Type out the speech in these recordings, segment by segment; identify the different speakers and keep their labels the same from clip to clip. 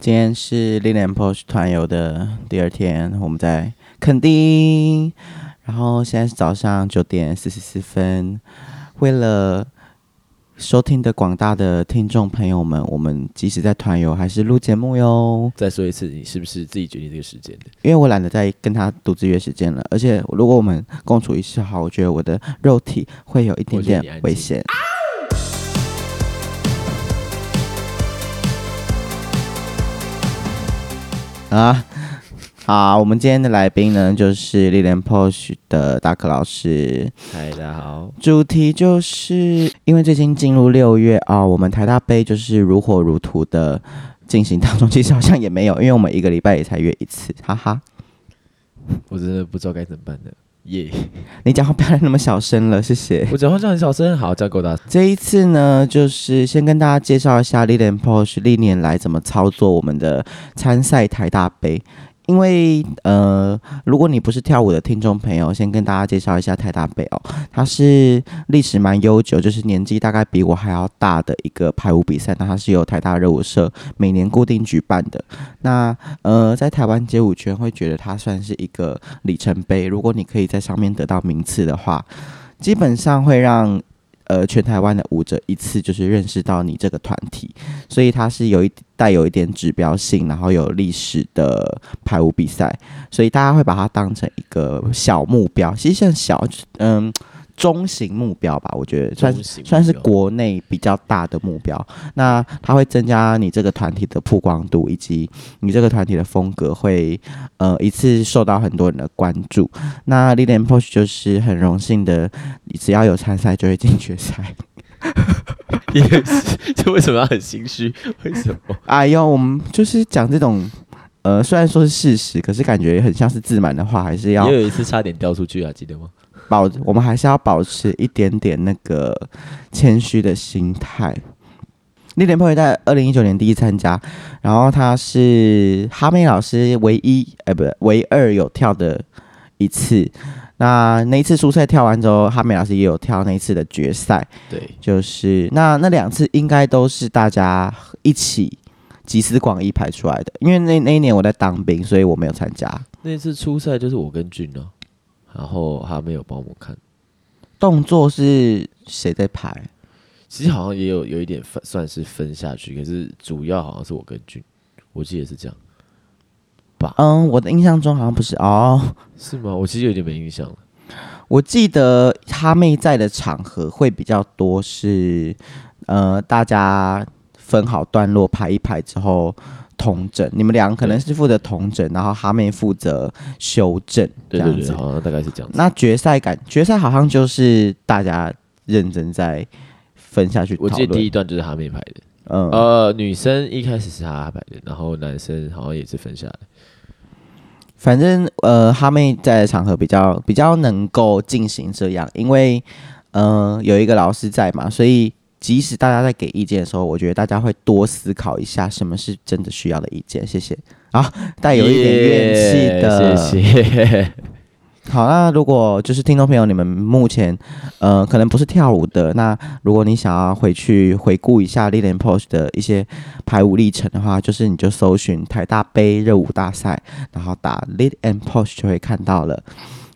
Speaker 1: 今天是丽莲 Posh 团游的第二天，我们在垦丁，然后现在是早上九点四十四分。为了收听的广大的听众朋友们，我们即使在团游还是录节目哟，
Speaker 2: 再说一次，你是不是自己决定这个时间的？
Speaker 1: 因为我懒得再跟他独自约时间了。而且如果我们共处一室的话，我觉得我的肉体会有一点
Speaker 2: 我觉得你
Speaker 1: 点
Speaker 2: 安静
Speaker 1: 危险。啊，好，我们今天的来宾呢，就是丽莲 Posh 的大可老师。
Speaker 2: 嗨，大家好，
Speaker 1: 主题就是因为最近进入六月啊、我们台大杯就是如火如荼的进行当中，其实好像也没有，因为我们一个礼拜也才约一次，哈哈。
Speaker 2: 我真的不知道该怎么办了。耶、
Speaker 1: 你讲话不要再那么小声了， 谢谢。
Speaker 2: 我讲话这样很小声，好，这样够大声。
Speaker 1: 这一次呢，就是先跟大家介绍一下 l i l i n Posh 历年来怎么操作我们的参赛台大杯。因为呃，如果你不是跳舞的听众朋友，先跟大家介绍一下台大杯哦，它是历史蛮悠久，就是年纪大概比我还要大的一个排舞比赛，那它是由台大热舞社每年固定举办的。那呃，在台湾街舞圈会觉得它算是一个里程碑，如果你可以在上面得到名次的话，基本上会让呃全台湾的舞者一次就是认识到你这个团体，所以它是有一带有一点指标性，然后有历史的排舞比赛，所以大家会把它当成一个小目标，其实像小嗯中型目标吧，我觉得算是
Speaker 2: 中型
Speaker 1: 算是
Speaker 2: 目标
Speaker 1: 国内比较大的目标。那它会增加你这个团体的曝光度，以及你这个团体的风格会呃一次受到很多人的关注。那 l i l i a n Posh 就是很荣幸的，你只要有参赛就会进决赛。
Speaker 2: 也是，这为什么要很心虚？为什么？
Speaker 1: 哎呦，我们就是讲这种。呃，虽然说是事实，可是感觉很像是自满的话，还是要
Speaker 2: 也有一次 差点掉出去啊，记得吗？
Speaker 1: 保，我们还是要保持一点点那个谦虚的心态。丽莲朋友在二零一九年第一次参加，然后她是哈妹老师唯一，哎、不对，唯二有跳的一次。那那一次初赛跳完之后，哈妹老师也有跳那一次的决赛，
Speaker 2: 对，
Speaker 1: 就是那那两次应该都是大家一起集思广益排出来的。因为那那一年我在当兵，所以我没有参加。
Speaker 2: 那次初赛就是我跟俊哦，然后他没有帮我们看，
Speaker 1: 动作是谁在排？
Speaker 2: 其实好像也有有一点分，算是分下去，可是主要好像是我跟俊，我记得是这样，
Speaker 1: 嗯，我的印象中好像不是哦。
Speaker 2: 是吗？我其实有点没印象了。
Speaker 1: 我记得哈妹在的场合会比较多是，呃，大家分好段落排一排之后同整，你们两个可能是负责同整，然后哈妹负责修正这
Speaker 2: 对
Speaker 1: 样
Speaker 2: 对
Speaker 1: 子。
Speaker 2: 对，好像大概是这样子。
Speaker 1: 那决赛感，决赛好像就是大家认真在分下去讨
Speaker 2: 我
Speaker 1: 论。
Speaker 2: 记得第一段就是哈妹排的，
Speaker 1: 嗯，
Speaker 2: 呃，女生一开始是他摆的，然后男生好像也是分下来。
Speaker 1: 反正呃，哈妹在的场合比较比较能够进行这样，因为嗯、呃有一个老师在嘛，所以即使大家在给意见的时候，我觉得大家会多思考一下什么是真的需要的意见。谢谢啊，带有一点怨气的
Speaker 2: Yeah，谢谢。
Speaker 1: 好，那如果就是听众朋友，你们目前呃可能不是跳舞的，那如果你想要回去回顾一下 l i l i a n Post 的一些排舞历程的话，就是你就搜寻台大杯热舞大赛，然后打 l i l i a n Post 就会看到了。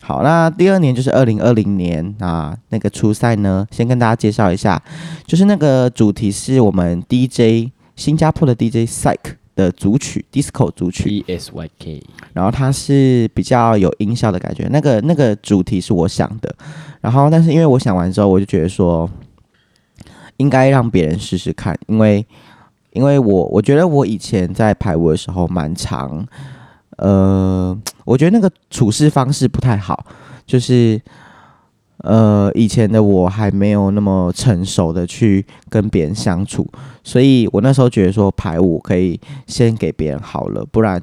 Speaker 1: 好，那第二年就是二零二零年啊，那个初赛呢，先跟大家介绍一下，就是那个主题是我们 DJ 新加坡的 DJ Psych 的组曲 Disco 组曲。
Speaker 2: P S Y K，
Speaker 1: 然后它是比较有音效的感觉，那个那个主题是我想的，然后但是因为我想完之后，我就觉得说，应该让别人试试看，因为因为我我觉得我以前在排舞的时候蛮长，呃，我觉得那个处事方式不太好，就是。呃，以前的我还没有那么成熟的去跟别人相处，所以我那时候觉得说排舞可以先给别人好了，不然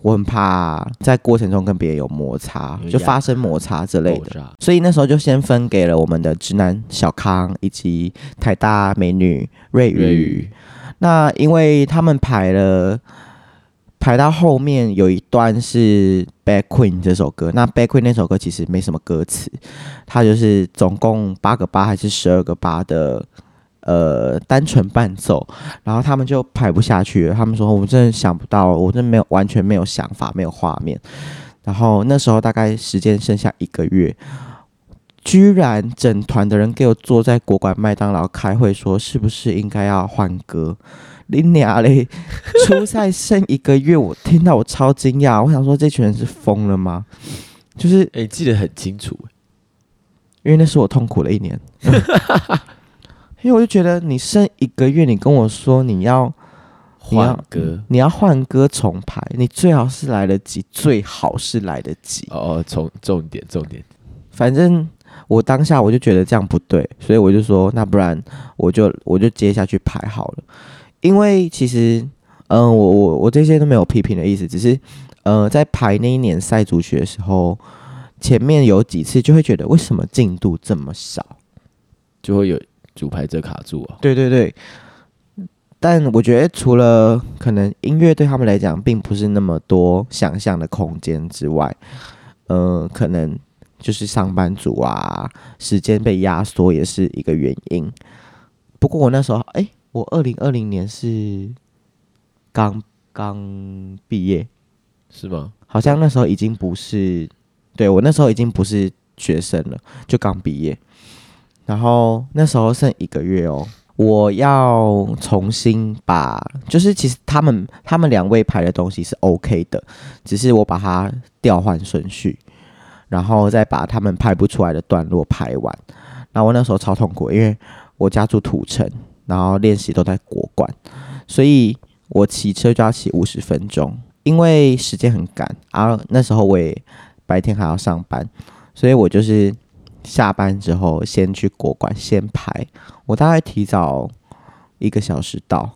Speaker 1: 我很怕在过程中跟别人有摩擦，
Speaker 2: 有
Speaker 1: 就
Speaker 2: 压啊
Speaker 1: 发生摩擦之类的
Speaker 2: 爆。炸
Speaker 1: 所以那时候就先分给了我们的直男小康以及台大美女瑞宇。
Speaker 2: 粤语，
Speaker 1: 那因为他们排了，排到后面有一段是《Bad Queen》这首歌。那《Bad Queen》那首歌其实没什么歌词，它就是总共八个八还是十二个八的呃单纯伴奏，然后他们就排不下去了，他们说我们真的想不到，我真的没有完全没有想法，没有画面。然后那时候大概时间剩下一个月，居然整团的人给我坐在国馆麦当劳开会，说是不是应该要换歌？你娘嘞！初赛剩一个月，我听到我超惊讶，我想说这群人是疯了吗？就是
Speaker 2: 哎、记得很清楚、
Speaker 1: 因为那是我痛苦了一年， 因为我就觉得你剩一个月，你跟我说你要你要
Speaker 2: 换歌
Speaker 1: 你要换歌重排，你最好是来得及，最好是来得及。
Speaker 2: 哦哦，重重点重点，
Speaker 1: 反正我当下我就觉得这样不对，所以我就说，那不然我就我就接下去排好了。因为其实，嗯、我我我这些都没有批评的意思，只是，呃，在排那一年赛组曲的时候，前面有几次就会觉得为什么进度这么少？
Speaker 2: 就会有主排者卡住啊、
Speaker 1: 对对对。但我觉得，除了可能音乐对他们来讲并不是那么多想象的空间之外，呃，可能就是上班族啊，时间被压缩也是一个原因。不过我那时候，哎、我二零二零年是刚刚毕业，
Speaker 2: 是吗？
Speaker 1: 好像那时候已经不是，对我那时候已经不是学生了，就刚毕业。然后那时候剩一个月哦，我要重新把，就是其实他们他们两位排的东西是 OK 的，只是我把它调换顺序，然后再把他们排不出来的段落排完。然后我那时候超痛苦，因为我家住土城，然后练习都在国馆，所以我骑车就要骑五十分钟，因为时间很赶，然后那时候我也白天还要上班，所以我就是下班之后先去国馆先排，我大概提早一个小时到，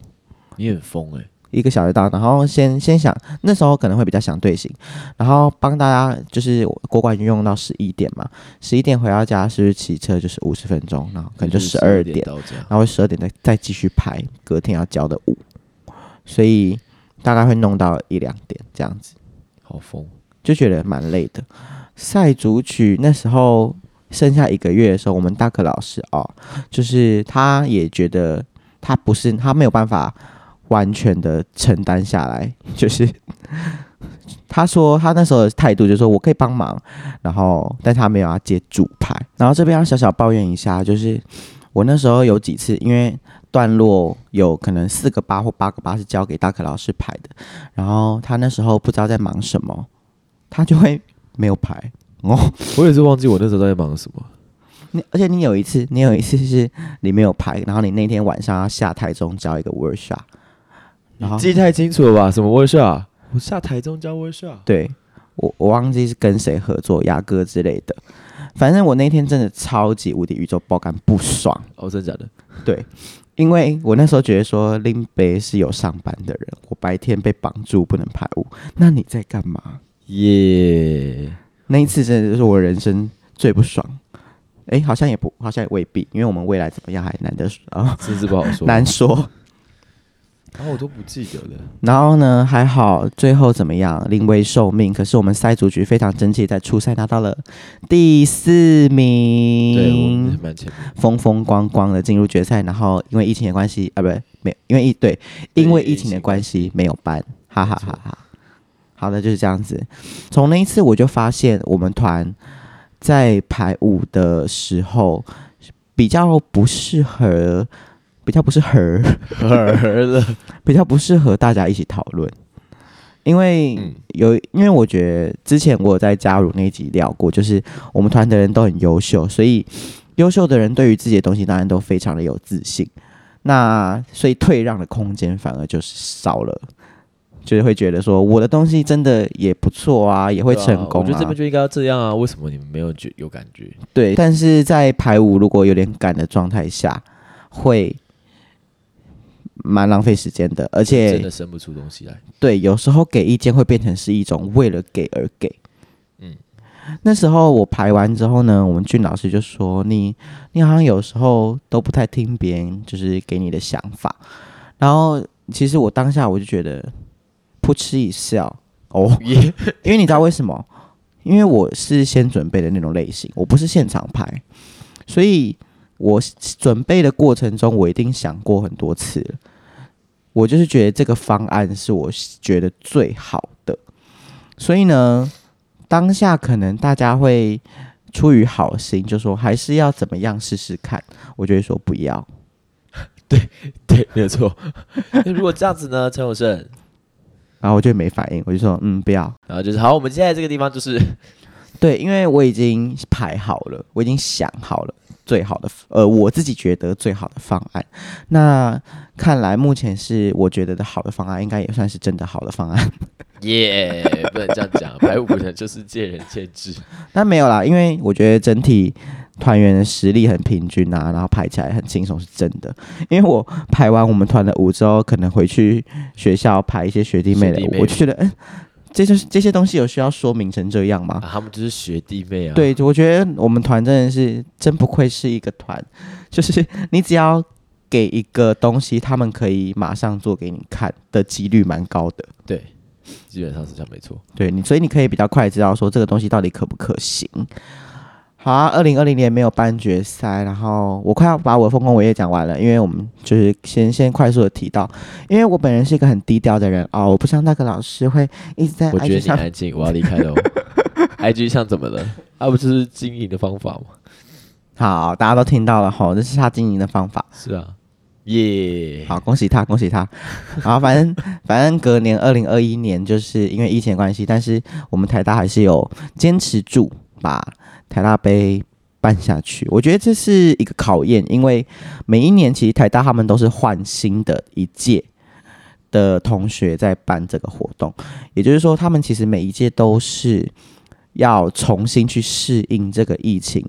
Speaker 2: 你很疯哎、
Speaker 1: 一个小时到，然后先先想那时候可能会比较想队形，然后帮大家就是国馆已经用到十一点嘛，十一点回到家是不是骑车就是五十分钟，然后可能就十二
Speaker 2: 12
Speaker 1: 点，
Speaker 2: 到家，
Speaker 1: 然后十二点再再继续排隔天要交的舞，所以大概会弄到一两点这样子，
Speaker 2: 好疯，
Speaker 1: 就觉得蛮累的。赛组曲那时候剩下一个月的时候，我们大可老师哦，就是他也觉得他不是他没有办法完全的承担下来， 就是他说他那时候的态度就是说我可以帮忙，然后但他没有要接主牌，然后这边要小小抱怨一下，就是我那时候有几次因为。段落有可能四个八或八个八是交给大可老师排的，然后他那时候不知道在忙什么，他就会没有 排哦。
Speaker 2: 我也是忘记我那时候在忙什么。
Speaker 1: 你而且你有一次，你有一次是你没有排，然后你那天晚上要下台中教一个 workshop，然后
Speaker 2: 记太清楚了吧？什么 workshop？我下台中教 workshop，
Speaker 1: 对我我忘记是跟谁合作，雅哥之类的。反正我那天真的超级无敌宇宙爆肝不爽，
Speaker 2: 哦，真的假的？
Speaker 1: 对，因为我那时候觉得说林北是有上班的人，我白天被绑住不能排舞，那你在干嘛？
Speaker 2: 耶、
Speaker 1: 那一次真的是我人生最不爽。哎，好像也不，好像也未必，因为我们未来怎么样还难得说 啊、
Speaker 2: 真是不好说。
Speaker 1: 难说。
Speaker 2: 然后啊我都不记得了。
Speaker 1: 然后呢，还好最后怎么样，临危受命。可是我们赛组局非常争气，在初赛拿到了第四
Speaker 2: 对，我
Speaker 1: 名
Speaker 2: 们，蛮前面。
Speaker 1: 风风光光的进入决赛。然后因为疫情的关系，啊，不对，没，因为疫对，
Speaker 2: 对
Speaker 1: 因为疫情的关系没有办，哈哈哈哈。好的，就是这样子。从那一次我就发现，我们团在排舞的时候比较不适合，比较不适合。
Speaker 2: 儿了，
Speaker 1: 比较 不适合大家一起讨论，因为
Speaker 2: 嗯
Speaker 1: 有，因为我觉得之前我有在加入那一集聊过，就是我们团的人都很优秀，所以优秀的人对于自己的东西当然都非常的有自信，那所以退让的空间反而就是少了。就是会觉得说我的东西真的也不错啊，也会
Speaker 2: 对啊
Speaker 1: 成功
Speaker 2: 我觉得这
Speaker 1: 啊
Speaker 2: 边，就应该要这样啊，为什么你们没有觉有感觉？
Speaker 1: 对。但是在排舞如果有点赶的状态下，会蛮浪费时间的，而且
Speaker 2: 真的生不出东西来。
Speaker 1: 对，有时候给意见会变成是一种为了给而给。
Speaker 2: 嗯
Speaker 1: 那时候我排完之后呢，我们俊老师就说：“你你好像有时候都不太听别人就是给你的想法。”然后其实我当下我就觉得噗嗤一笑哦，
Speaker 2: 耶，
Speaker 1: 因为你知道为什么？因为我是先准备的那种类型，我不是现场排，所以我准备的过程中，我一定想过很多次了我就是觉得这个方案是我觉得最好的，所以呢，当下可能大家会出于好心，就说还是要怎么样试试看。我就会说不要，
Speaker 2: 对，没有错。 那如果这样子呢，陈永胜，
Speaker 1: 然后我就没反应，我就说嗯不要。
Speaker 2: 然后就是好，我们现在这个地方就是
Speaker 1: 对，因为我已经排好了，我已经想好了最好的，呃，我自己觉得最好的方案。那看来目前是我觉得的好的方案，应该也算是真的好的方案。
Speaker 2: 耶不能这样讲，排舞人就是见仁见智。
Speaker 1: 那没有啦，因为我觉得整体团员的实力很平均啊，然后排起来很轻松是真的。因为我排完我们团的舞之后，可能回去学校排一些学弟妹的
Speaker 2: 学弟妹
Speaker 1: 舞，我就觉得，嗯，这就是这些东西有需要说明成这样吗
Speaker 2: 啊，？他们就是学弟妹啊。，
Speaker 1: 对，我觉得我们团真的是真不愧是一个团，就是 你只要给一个东西，他们可以马上做给你看的几率蛮高的。
Speaker 2: 对，基本上是这样，没错。
Speaker 1: 对你，所以你可以比较快知道说这个东西到底可不可行。好啊，二零二零年没有办决赛，然后我快要把我的丰功伟业讲完了，因为我们就是先先快速的提到，因为我本人是一个很低调的人哦，我不像那个老师会一直在
Speaker 2: 我觉得
Speaker 1: IG
Speaker 2: 你
Speaker 1: 哎上
Speaker 2: 安静，我要离开 了哦。IG 上怎么了？啊，不就是经营的方法吗？
Speaker 1: 好，大家都听到了吼，这是他经营的方法。
Speaker 2: 是啊，耶、
Speaker 1: 好，恭喜他，恭喜他。 然后反正反正隔年二零二一年，就是因为疫情的关系，但是我们台大还是有坚持住把台大杯办下去。我觉得这是一个考验，因为每一年其实台大他们都是换新的一届的同学在办这个活动，也就是说，他们其实每一届都是要重新去适应这个疫情。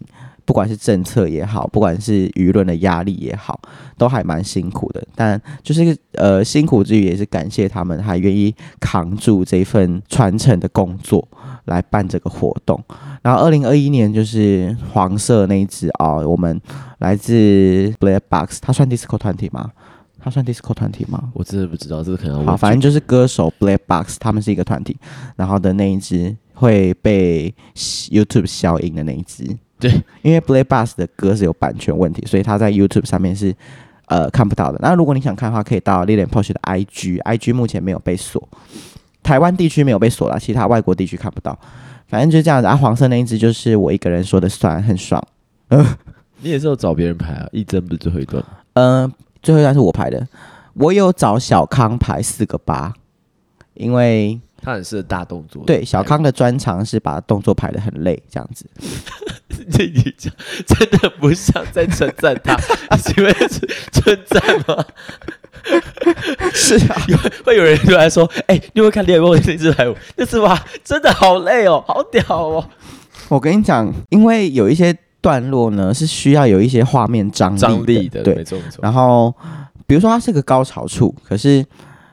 Speaker 1: 不管是政策也好，不管是舆论的压力也好，都还蛮辛苦的，但就是呃辛苦之余，也是感谢他们还愿意扛住这份传承的工作来办这个活动。然后二零二一年就是黄色那一支啊、我们来自 Black Box，他算 disco 团体吗？他算 disco 团体吗？
Speaker 2: 我真的不知道，这个可能
Speaker 1: 好，
Speaker 2: 我
Speaker 1: 反正就是歌手 Black Box，他们是一个团体，然后的那一支会被 YouTube 消音的那一支。
Speaker 2: 对，
Speaker 1: 因为 Black Box 的歌是有版权问题，所以他在 YouTube 上面是呃看不到的。那如果你想看的话，可以到 l i l i a n Posh 的 IG，IG 目前没有被锁，台湾地区没有被锁啦，其他外国地区看不到。反正就是这样子啊，黄色那一支就是我一个人说的算，很爽。
Speaker 2: 你也是有找别人排啊，一针不是最后一段。
Speaker 1: 嗯，最后一段是我排的，我有找小康排四个八，因为
Speaker 2: 他很适合大动作。
Speaker 1: 对，小康的专长是把动作排得很累，这样子。
Speaker 2: 这你讲真的不像在称赞 他，请问是称赞吗？
Speaker 1: 是啊，
Speaker 2: 会有人突然说：“哎、你有没有看猎豹那支排舞？那支哇，真的好累哦，好屌哦
Speaker 1: 我跟你讲，因为有一些段落呢是需要有一些画面张！”力
Speaker 2: 张力的，
Speaker 1: 嗯对
Speaker 2: 没。错没错。
Speaker 1: 然后，比如说它是个高潮处，可是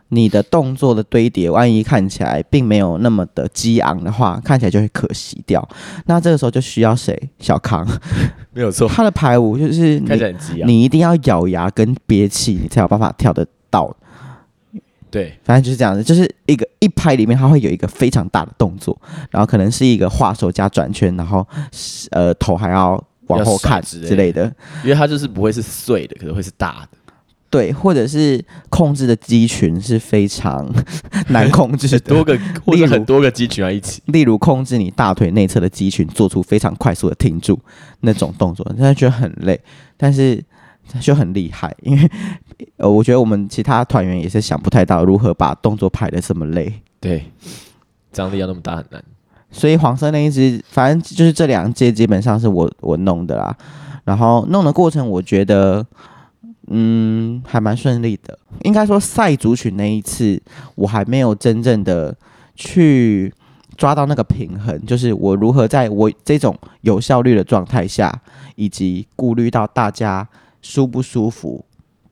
Speaker 1: 你的动作的堆叠，万一看起来并没有那么的激昂的话，看起来就会可惜掉。那这个时候就需要谁？小康，
Speaker 2: 没有错，
Speaker 1: 他的排舞就是
Speaker 2: 看起
Speaker 1: 你，
Speaker 2: 来很啊激昂。
Speaker 1: 你一定要咬牙跟憋气，你才有办法跳得到
Speaker 2: 对，
Speaker 1: 反正就是这样子，就是一个一拍里面，它会有一个非常大的动作，然后可能是一个画手加转圈，然后呃头还要往后看
Speaker 2: 要甩之类的
Speaker 1: 之类的，
Speaker 2: 因为它就是不会是碎的，可能会是大的。
Speaker 1: 对，或者是控制的肌群是非常 难控 制的，
Speaker 2: 多个或
Speaker 1: 例
Speaker 2: 者
Speaker 1: 如
Speaker 2: 很多个肌群要一起，
Speaker 1: 例如控制你大腿内侧的肌群做出非常快速的停住那种动作，但是觉得很累，但是就很厉害，因为呃我觉得我们其他团员也是想不太到如何把动作排的这么累。
Speaker 2: 对，张力要那么大很难。
Speaker 1: 所以黄色那一只，反正就是这两届基本上是我我弄的啦。然后弄的过程，我觉得，嗯，还蛮顺利的。应该说赛族群那一次，我还没有真正的去抓到那个平衡，就是我如何在我这种有效率的状态下，以及顾虑到大家舒不舒服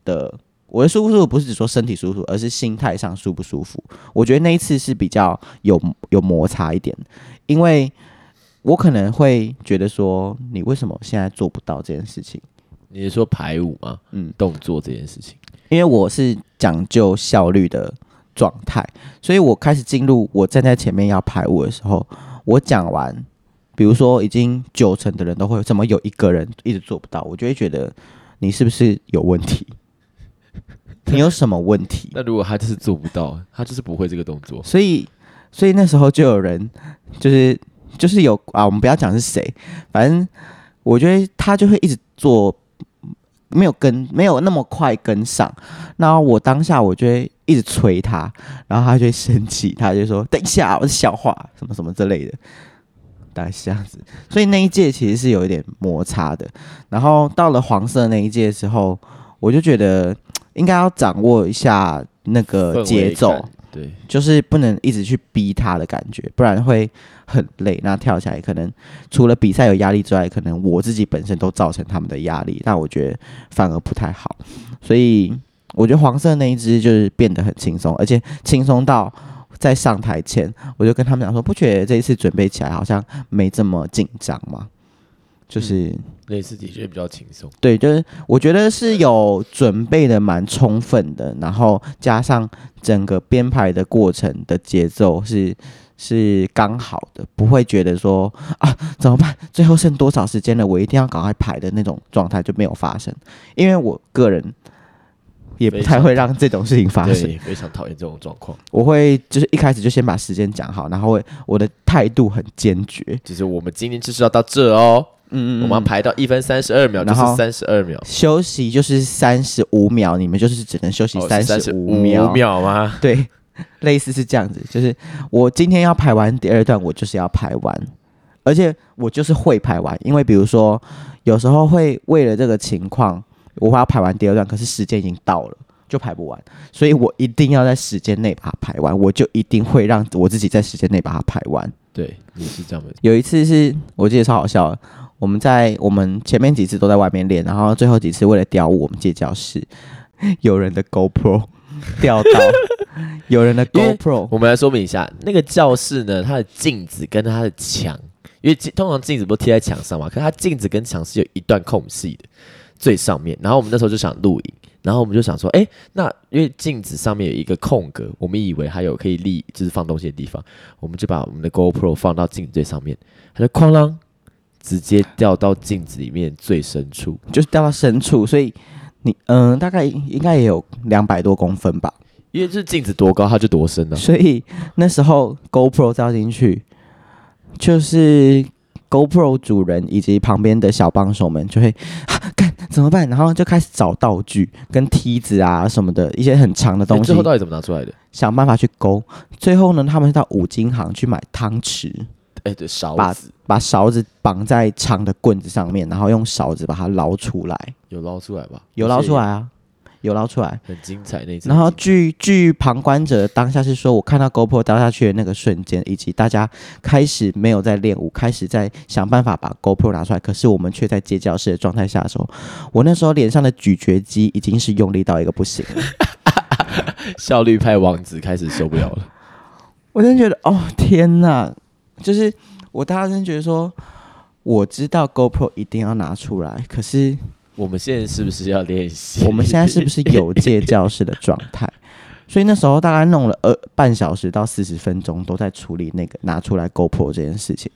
Speaker 1: 的。我的舒不舒服不是只说身体舒服，而是心态上舒不舒服。我觉得那一次是比较有有摩擦一点，因为我可能会觉得说，你为什么现在做不到这件事情？
Speaker 2: 你是说排舞吗？
Speaker 1: 嗯，
Speaker 2: 动作这件事情，
Speaker 1: 因为我是讲究效率的状态，所以我开始进入我站在前面要排舞的时候，我讲完，比比如说已经九成的人都会，怎么有一个人一直做不到？我就会觉得你是不是有问题？你有什么问题？
Speaker 2: 那如果他就是做不到，他就是不会这个动作，
Speaker 1: 所以，所以那时候就有人，就是就是有啊，我们不要讲是谁，反正我觉得他就会一直做，没有跟没有那么快跟上。那我当下我就会一直催他，然后他就会生气，他就说：“等一下，我是笑话什么什么之类的。”大概是这样子，所以那一届其实是有一点摩擦的。然后到了黄色那一届之后，我就觉得应该要掌握一下那个
Speaker 2: 氛
Speaker 1: 呃节
Speaker 2: 围
Speaker 1: 奏，
Speaker 2: 感，对，
Speaker 1: 就是不能一直去逼他的感觉，不然会很累。那跳起来可能除了比赛有压力之外，可能我自己本身都造成他们的压力，那我觉得反而不太好。所以我觉得黄色那一支就是变得很轻松，而且轻松到在上台前，我就跟他们讲说，不觉得这一次准备起来好像没这么紧张吗？就是、
Speaker 2: 类似的确比较轻松。
Speaker 1: 对，就是我觉得是有准备的蛮充分的，然后加上整个编排的过程的节奏是是刚好的，不会觉得说啊怎么办，最后剩多少时间了，我一定要赶快排的那种状态就没有发生，因为我个人也不太会让这种事情发生，
Speaker 2: 对，非常讨厌这种状况。
Speaker 1: 我会就是一开始就先把时间讲好，然后会我的态度很坚决，
Speaker 2: 就是我们今天就是要到这哦，
Speaker 1: 嗯
Speaker 2: 我们要排到一分三十二秒，就
Speaker 1: 然
Speaker 2: 是
Speaker 1: 后
Speaker 2: 三十二秒，
Speaker 1: 休息就是三十五秒，你们哦就是只能休息三十
Speaker 2: 五
Speaker 1: 五秒。
Speaker 2: 秒吗？
Speaker 1: 对，类似是这样子，就是我今天要排完第二段，我就是要排完，而且我就是会排完，因为比如说有时候会为了这个情况，我要排完第二段，可是时间已经到了。就排不完，所以我一定要在时间内把它排完，我就一定会让我自己在时间内把它排完。
Speaker 2: 对，你是这样的，
Speaker 1: 有一次是我记得超好笑的，我们在我们前面几次都在外面练，然后最后几次为了雕舞，我们借教室， 有人的 GoPro 掉到，有人的
Speaker 2: 因为
Speaker 1: GoPro
Speaker 2: 我们来说明一下，那个教室呢，它的镜子跟它的墙，因为镜通常镜子不是贴在墙上嘛，可是它镜子跟墙是有一段空隙的，最上面。然后我们那时候就想录影，然后我们就想说，哎，那因为镜子上面有一个空格，我们以为还有可以立就是放东西的地方，我们就把我们的 GoPro 放到镜子最上面，它就哐啷。直接掉到镜子里面最深处，
Speaker 1: 就是掉到深处，所以你嗯、大概应该也有两百多公分吧，
Speaker 2: 因为就是镜子多高，它就多深呢、
Speaker 1: 所以那时候 GoPro 照进去，就是 GoPro 主人以及旁边的小帮手们就会啊干、怎么办，然后就开始找道具跟梯子啊什么的一些很长的
Speaker 2: 那
Speaker 1: 东西
Speaker 2: 哎最后，到底怎么拿出来的？
Speaker 1: 想办法去勾。最后呢，他们到五金行去买汤匙，
Speaker 2: 哎、对，勺
Speaker 1: 把
Speaker 2: 子
Speaker 1: 把勺子绑在长的棍子上面，然后用勺子把它捞出来，
Speaker 2: 有捞出来吧？
Speaker 1: 有捞出来，啊，有捞出来。
Speaker 2: 很精彩那一次。
Speaker 1: 然后据据旁观者当下是说，我看到 GoPro 掉下去的那个瞬间，以及大家开始没有在练舞，开始在想办法把 GoPro 拿出来，可是我们却在接教室的状态下的时候，我那时候脸上的咀嚼肌已经是用力到一个不行了，
Speaker 2: 效率派王子开始受不了了，
Speaker 1: 我真的觉得哦天哪，就是我当时真的觉得说，我知道 GoPro 一定要拿出来，可是
Speaker 2: 我们现在是不是要练习？
Speaker 1: 我们现在是不是 有借教室的状态？ 所以那时候大概弄了二半小时到四十分钟，都在处理那个拿出来 GoPro 这件事情。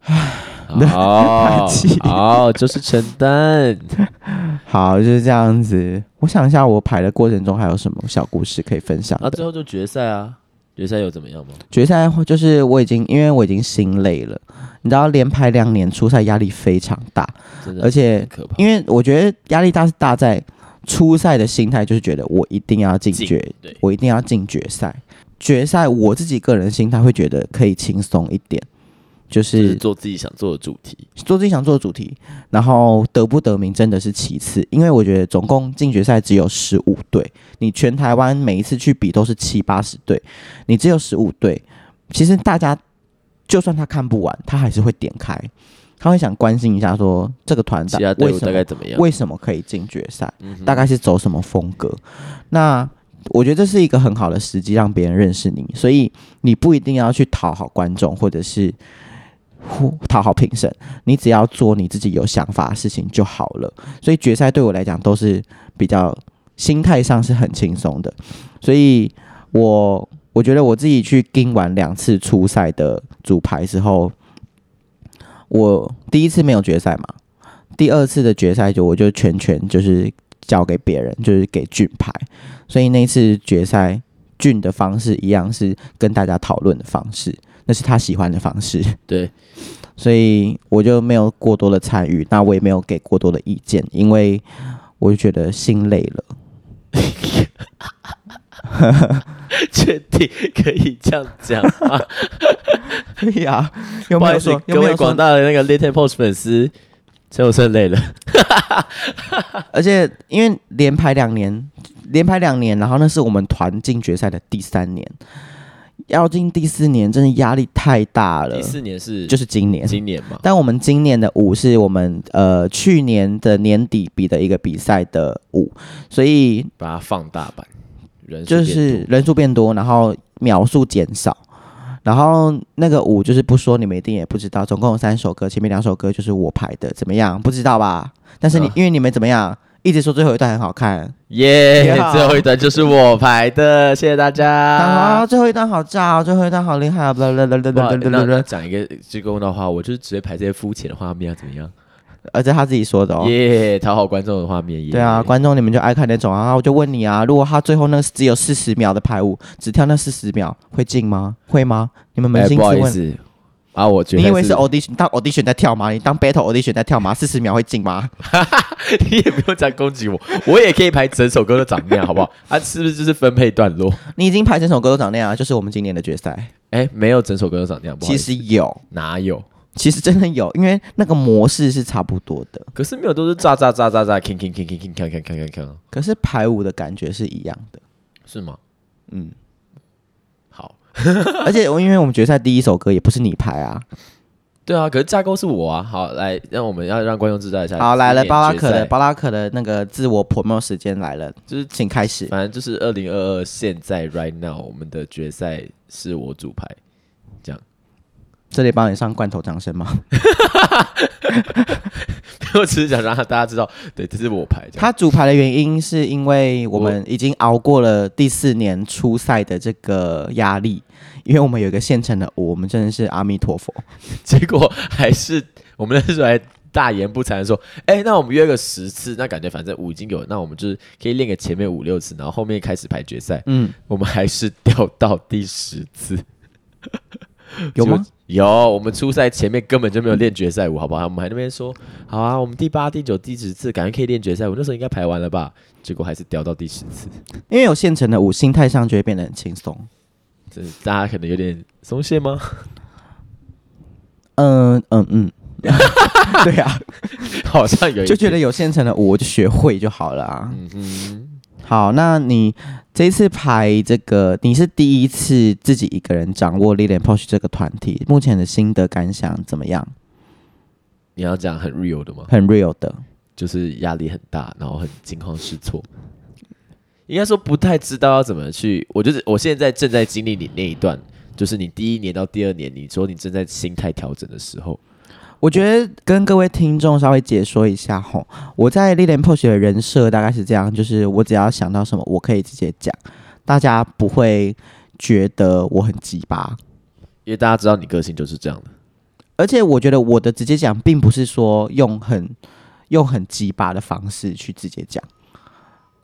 Speaker 2: 好
Speaker 1: 气
Speaker 2: 好，哦就是承担。
Speaker 1: 好，就是这样子。我想一下，我排的过程中还有什么小故事可以分享
Speaker 2: 那
Speaker 1: 的？
Speaker 2: 最后就决赛啊，决赛有怎么样吗？
Speaker 1: 决赛就是我已经因为我已经心累了，你知道连排两年初赛压力非常大，
Speaker 2: 真的，
Speaker 1: 而且
Speaker 2: 可怕，
Speaker 1: 因为我觉得压力大是大在初赛的心态，就是觉得我一定要进
Speaker 2: 进
Speaker 1: 决
Speaker 2: 对，
Speaker 1: 我一定要进决赛。决赛我自己个人心态会觉得可以轻松一点，就
Speaker 2: 就是
Speaker 1: 是
Speaker 2: 做自己想做的主题。
Speaker 1: 做自己想做的主题，然后得不得名真的是其次，因为我觉得总共进决赛只有十五队，你全台湾每一次去比都是七八十队，你只有十五队，其实大家就算他看不完，他还是会点开，他会想关心一下说这个团
Speaker 2: 其
Speaker 1: 长
Speaker 2: 他队
Speaker 1: 为
Speaker 2: 伍
Speaker 1: 什
Speaker 2: 大
Speaker 1: 么
Speaker 2: 概怎么样？
Speaker 1: 为什么可以进决赛。
Speaker 2: 嗯哼
Speaker 1: 大概是走什么风格。那我觉得这是一个很好的时机，让别人认识你，所以你不一定要去讨好观众，或者是呼讨好评审，你只要做你自己有想法的事情就好了。所以决赛对我来讲都是比较心态上是很轻松的，所以我我觉得我自己去盯完两次初赛的组牌之后。我第一次没有决赛嘛，第二次的决赛就我就全权就是交给别人，就是给俊拍，所以那一次决赛俊的方式一样是跟大家讨论的方式，那是他喜欢的方式，
Speaker 2: 对，
Speaker 1: 所以我就没有过多的参与，那我也没有给过多的意见，因为我就觉得心累了。
Speaker 2: 确定可以这样 讲吗？
Speaker 1: 对 呀、有
Speaker 2: 不
Speaker 1: 没
Speaker 2: 好意
Speaker 1: 有
Speaker 2: 思
Speaker 1: 说，有
Speaker 2: 各
Speaker 1: 没
Speaker 2: 位
Speaker 1: 有
Speaker 2: 广
Speaker 1: 说？
Speaker 2: 大的那个 Little Post 粉丝，陈永胜累了。
Speaker 1: 而且因为连排两年，连排两年，然后那是我们团进决赛的第三年，要进第四年真的压力太大了
Speaker 2: 第，四年是
Speaker 1: 就是今年。
Speaker 2: 今年嘛，
Speaker 1: 但我们今年的舞是我们呃去年的年底比的一个比赛的舞，所以
Speaker 2: 把它放大版，人数
Speaker 1: 就
Speaker 2: 变
Speaker 1: 是
Speaker 2: 多
Speaker 1: 人数变多，然后秒数减少，然后那个舞就是不说，你们一定也不知道。总共有三首歌，前面两首歌就是我排的，怎么样？不知道吧？但是你、
Speaker 2: 啊
Speaker 1: 因为你们怎么样，一直说最后一段很好看，
Speaker 2: 耶
Speaker 1: 你好
Speaker 2: 最后一段就是我排的，谢谢大
Speaker 1: 啊，
Speaker 2: 家。
Speaker 1: 最后一段好炸、哦，最后一段好厉害、啊，啦啦啦啦
Speaker 2: 不好
Speaker 1: 啦
Speaker 2: 意思那
Speaker 1: 啦
Speaker 2: 那
Speaker 1: 啦，
Speaker 2: 讲一个最公道的话，我就是只会排这些肤浅的画面，啊，怎么样？
Speaker 1: 而且他自己说的哦。
Speaker 2: 耶，讨好观众的画面。耶
Speaker 1: 对啊，观众你们就爱看那种啊！我就问你啊，如果他最后那个只有四十秒的排舞，只跳那四十秒，会进吗？会吗？你们扪
Speaker 2: 哎
Speaker 1: 心
Speaker 2: 不好
Speaker 1: 自
Speaker 2: 意
Speaker 1: 问，
Speaker 2: 思啊，我觉得
Speaker 1: 你以为是 audition 当 audition 在跳吗？你当 battle audition 在跳吗？四十秒会进吗？
Speaker 2: 你也不用这样攻击我，我也可以排整首歌都长那样，好不好？啊，是不是就是分配段落？
Speaker 1: 你已经排整首歌都长那样啊，就是我们今年的决赛。
Speaker 2: 哎，没有整首歌都长那样，不好
Speaker 1: 其
Speaker 2: 意思
Speaker 1: 实有，
Speaker 2: 哪有？
Speaker 1: 其实真的有，因为那个模式是差不多的，
Speaker 2: 可是没有都是炸炸炸炸炸，king king king king king king king king king king，
Speaker 1: 可是排舞的感觉是一样的。
Speaker 2: 是吗？
Speaker 1: 嗯，
Speaker 2: 好，
Speaker 1: 而且我因为我们决赛第一首歌也不是你排啊，
Speaker 2: 对啊，可是架构是我啊。好，来，让我们要让观众知道一下。
Speaker 1: 好来了，
Speaker 2: 今年
Speaker 1: 巴拉
Speaker 2: 决
Speaker 1: 可的
Speaker 2: 赛
Speaker 1: 巴拉可的那个自我 promo 时间来了，
Speaker 2: 就是
Speaker 1: 请开始。
Speaker 2: 反正就是二零二二，现在 right now 我们的决赛是我主排，
Speaker 1: 这里帮你上罐头掌声 吗？
Speaker 2: 我只是想让大家知道，对，这是我排。这样
Speaker 1: 他主排的原因是因为我们已经熬过了第四年初赛的这个压力，因为我们有一个现成的舞，我们真的是阿弥陀佛。
Speaker 2: 结果还是我们那时候还大言不惭地说，哎、那我们约个十次，那感觉反正舞已经有，那我们就是可以练个前面五六次，然后后面开始排决赛，
Speaker 1: 嗯，
Speaker 2: 我们还是掉到第十次，
Speaker 1: 有吗？
Speaker 2: 有，我们初赛前面根本就没有练决赛舞，好不好？我们还那边说，好啊，我们第八、第九、第十次感觉可以练决赛舞，那时候应该排完了吧？结果还是掉到第十次，
Speaker 1: 因为有现成的舞，心态上就会变得很轻松。
Speaker 2: 这大家可能有点松 懈吗？
Speaker 1: 嗯嗯嗯， 对啊，
Speaker 2: 好像有一
Speaker 1: 就觉得有现成的舞，我就学会就好了啊。
Speaker 2: 嗯哼，
Speaker 1: 好，那你这一次排这个，你是第一次自己一个人掌握 l i l i a n Posh 这个团体，目前的心得感想怎么样？
Speaker 2: 你要讲很 real 的吗？
Speaker 1: 很 real 的，
Speaker 2: 就是压力很大，然后很惊慌失措。应该说不太知道要怎么去，我就是我现在正在经历你那一段，就是你第一年到第二年，你说你正在心态调整的时候，
Speaker 1: 我觉得跟各位听众稍微解说一下吼，我在 l i l i a n Posh 的人设大概是这样，就是我只要想到什么，我可以直接讲，大家不会觉得我很鸡巴。
Speaker 2: 因为大家知道你个性就是这样的，
Speaker 1: 而且我觉得我的直接讲，并不是说用很用很鸡巴的方式去直接讲。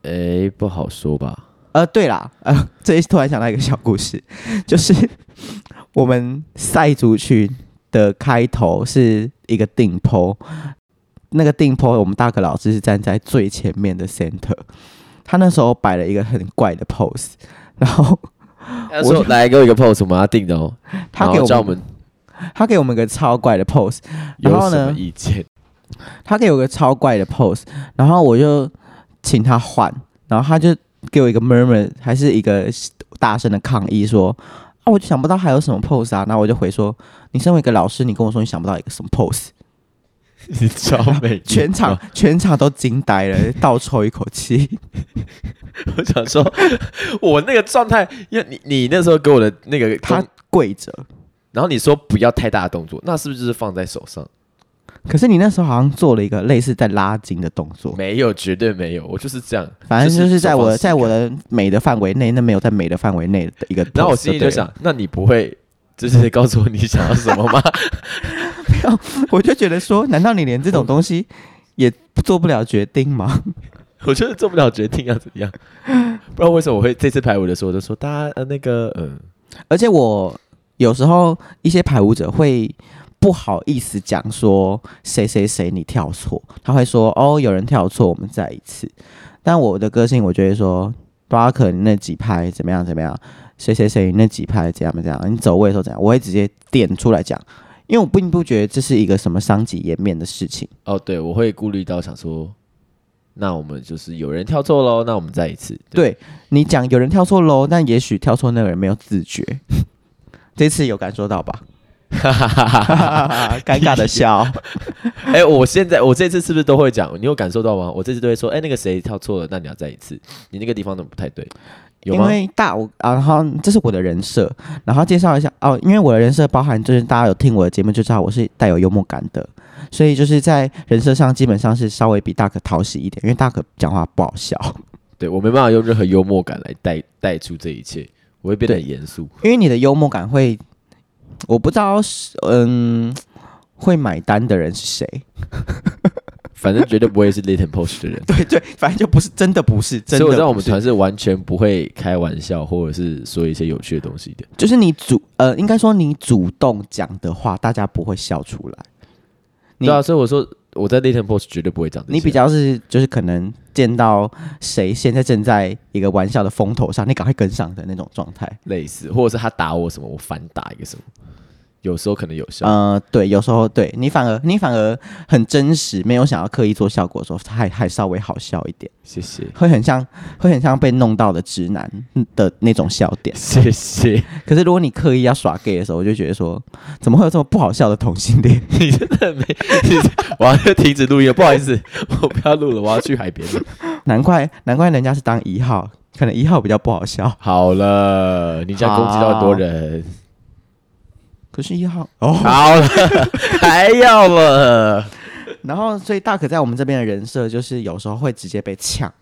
Speaker 2: 诶，不好说吧？
Speaker 1: 呃，对啦，呃，这一突然想到一个小故事，就是 我们赛族群的开头是一个定坡，那个定坡我们大可老师是站在最前面的 center，他那时候摆了一个很怪的 pose，然后
Speaker 2: 我说来给我一个 pose，我们要定的哦，
Speaker 1: 他给
Speaker 2: 然后
Speaker 1: 我
Speaker 2: 叫
Speaker 1: 们
Speaker 2: 我们
Speaker 1: 他给我们一个超怪的 pose，
Speaker 2: 有
Speaker 1: 然后
Speaker 2: 什么
Speaker 1: 呢
Speaker 2: 意见？
Speaker 1: 他给我个超怪的 pose，然后我就请他换，然后他就给我一个 murmur，还是一个大声的抗议说：“啊，我就想不到还有什么 pose 啊！”然后我就回说：“你身为一个老师，你跟我说你想不到一个什么 pose？”
Speaker 2: 你哦超 美，
Speaker 1: 全场全场都惊呆了， 倒抽一口气。
Speaker 2: 我 想说，我那个状态，因为你你那时候给我的那个
Speaker 1: 他跪着，
Speaker 2: 然后你说不要太大的动作，那是不是就是放在手上？
Speaker 1: 可是你那时候好像做了一个类似在拉筋的动作，
Speaker 2: 没有，绝对没有，我就是这样。
Speaker 1: 反正就是在
Speaker 2: 手
Speaker 1: 我
Speaker 2: 放
Speaker 1: 在我
Speaker 2: 松开，
Speaker 1: 的美的范围内，那没有在美的范围内的一个 pose 对了。
Speaker 2: 然后我心里就想，那你不会就是告诉我你想要什么吗？
Speaker 1: 有， 我就觉得说，难道你连这种东西也做不了决定吗？
Speaker 2: 我就是做不了决定要怎么样，不知道为什么我会这次排舞的时候我就说大家呃那个嗯，
Speaker 1: 而且我有时候一些排舞者会不好意思讲说谁谁谁你跳错，他会说哦有人跳错，我们再一次。但我的个性，我就会说巴可你那几拍怎么样怎么样，谁谁谁你那几拍怎样怎样，你走位的时候怎样，我会直接点出来讲，因为我并不觉得这是一个什么伤及颜面的事情。
Speaker 2: 哦对，我会顾虑到想说，那我们就是有人跳错喽，那我们再一次对
Speaker 1: 对你讲有人跳错喽，但也许跳错那个人没有自觉， 这次有感受到 吧？尴尬的笑，
Speaker 2: 哎、我现在我这次是不是都会讲？你有感受到吗？我这次都会说，哎、那个谁跳错了，那你要再一次，你那个地方怎么不太对？有
Speaker 1: 因
Speaker 2: 吗？
Speaker 1: 为大我啊，然后这是我的人设，然后介绍一下哦，因为我的人设包含就是大家有听我的节目就知道我是带有幽默感的，所以就是在人设上基本上是稍微比大可讨喜一点，因为大可讲话不好笑，
Speaker 2: 对我没办法用任何幽默感来带带出这一切，我会变得很严肃。
Speaker 1: 因为你的幽默感会，我不知道是嗯会买单的人是谁，
Speaker 2: 反正绝对不会是 l i t t l post 的人，
Speaker 1: 对对，反正就不是真的不是 真
Speaker 2: 所
Speaker 1: 的不
Speaker 2: 以我
Speaker 1: 是，
Speaker 2: 知道我们团是完全不会开玩笑或者是说一些有趣的东西的。
Speaker 1: 就是你主呃，应该说你主动讲的话，大家不会笑出来。你
Speaker 2: 对啊，所以我说我在 l i t t l post 绝对不会讲这些。
Speaker 1: 你比较是就是可能见到谁现在正在一个玩笑的风头上，你赶快跟上的那种状态。
Speaker 2: 类似，或者是他打我什么，我反打一个什么，有时候可能有效。
Speaker 1: 呃，对，有时候对你反而你反而很真实，没有想要刻意做效果的时候，还还稍微好笑一点，
Speaker 2: 谢谢，
Speaker 1: 会很像会很像被弄到的直男的那种笑点。
Speaker 2: 谢谢。
Speaker 1: 可是如果你刻意要耍 gay 的时候，我就觉得说，怎么会有这么不好笑的同性恋？
Speaker 2: 你真的没，你我要停止录音了，不好意思， 我不要录了，我要去海边了。
Speaker 1: 难怪难怪人家是当一号，可能一号比较不好笑。
Speaker 2: 好了，你这样攻击到很多人，
Speaker 1: 可是一号哦，
Speaker 2: 好 了，还要了，
Speaker 1: 然后所以大可在我们这边的人设就是有时候会直接被呛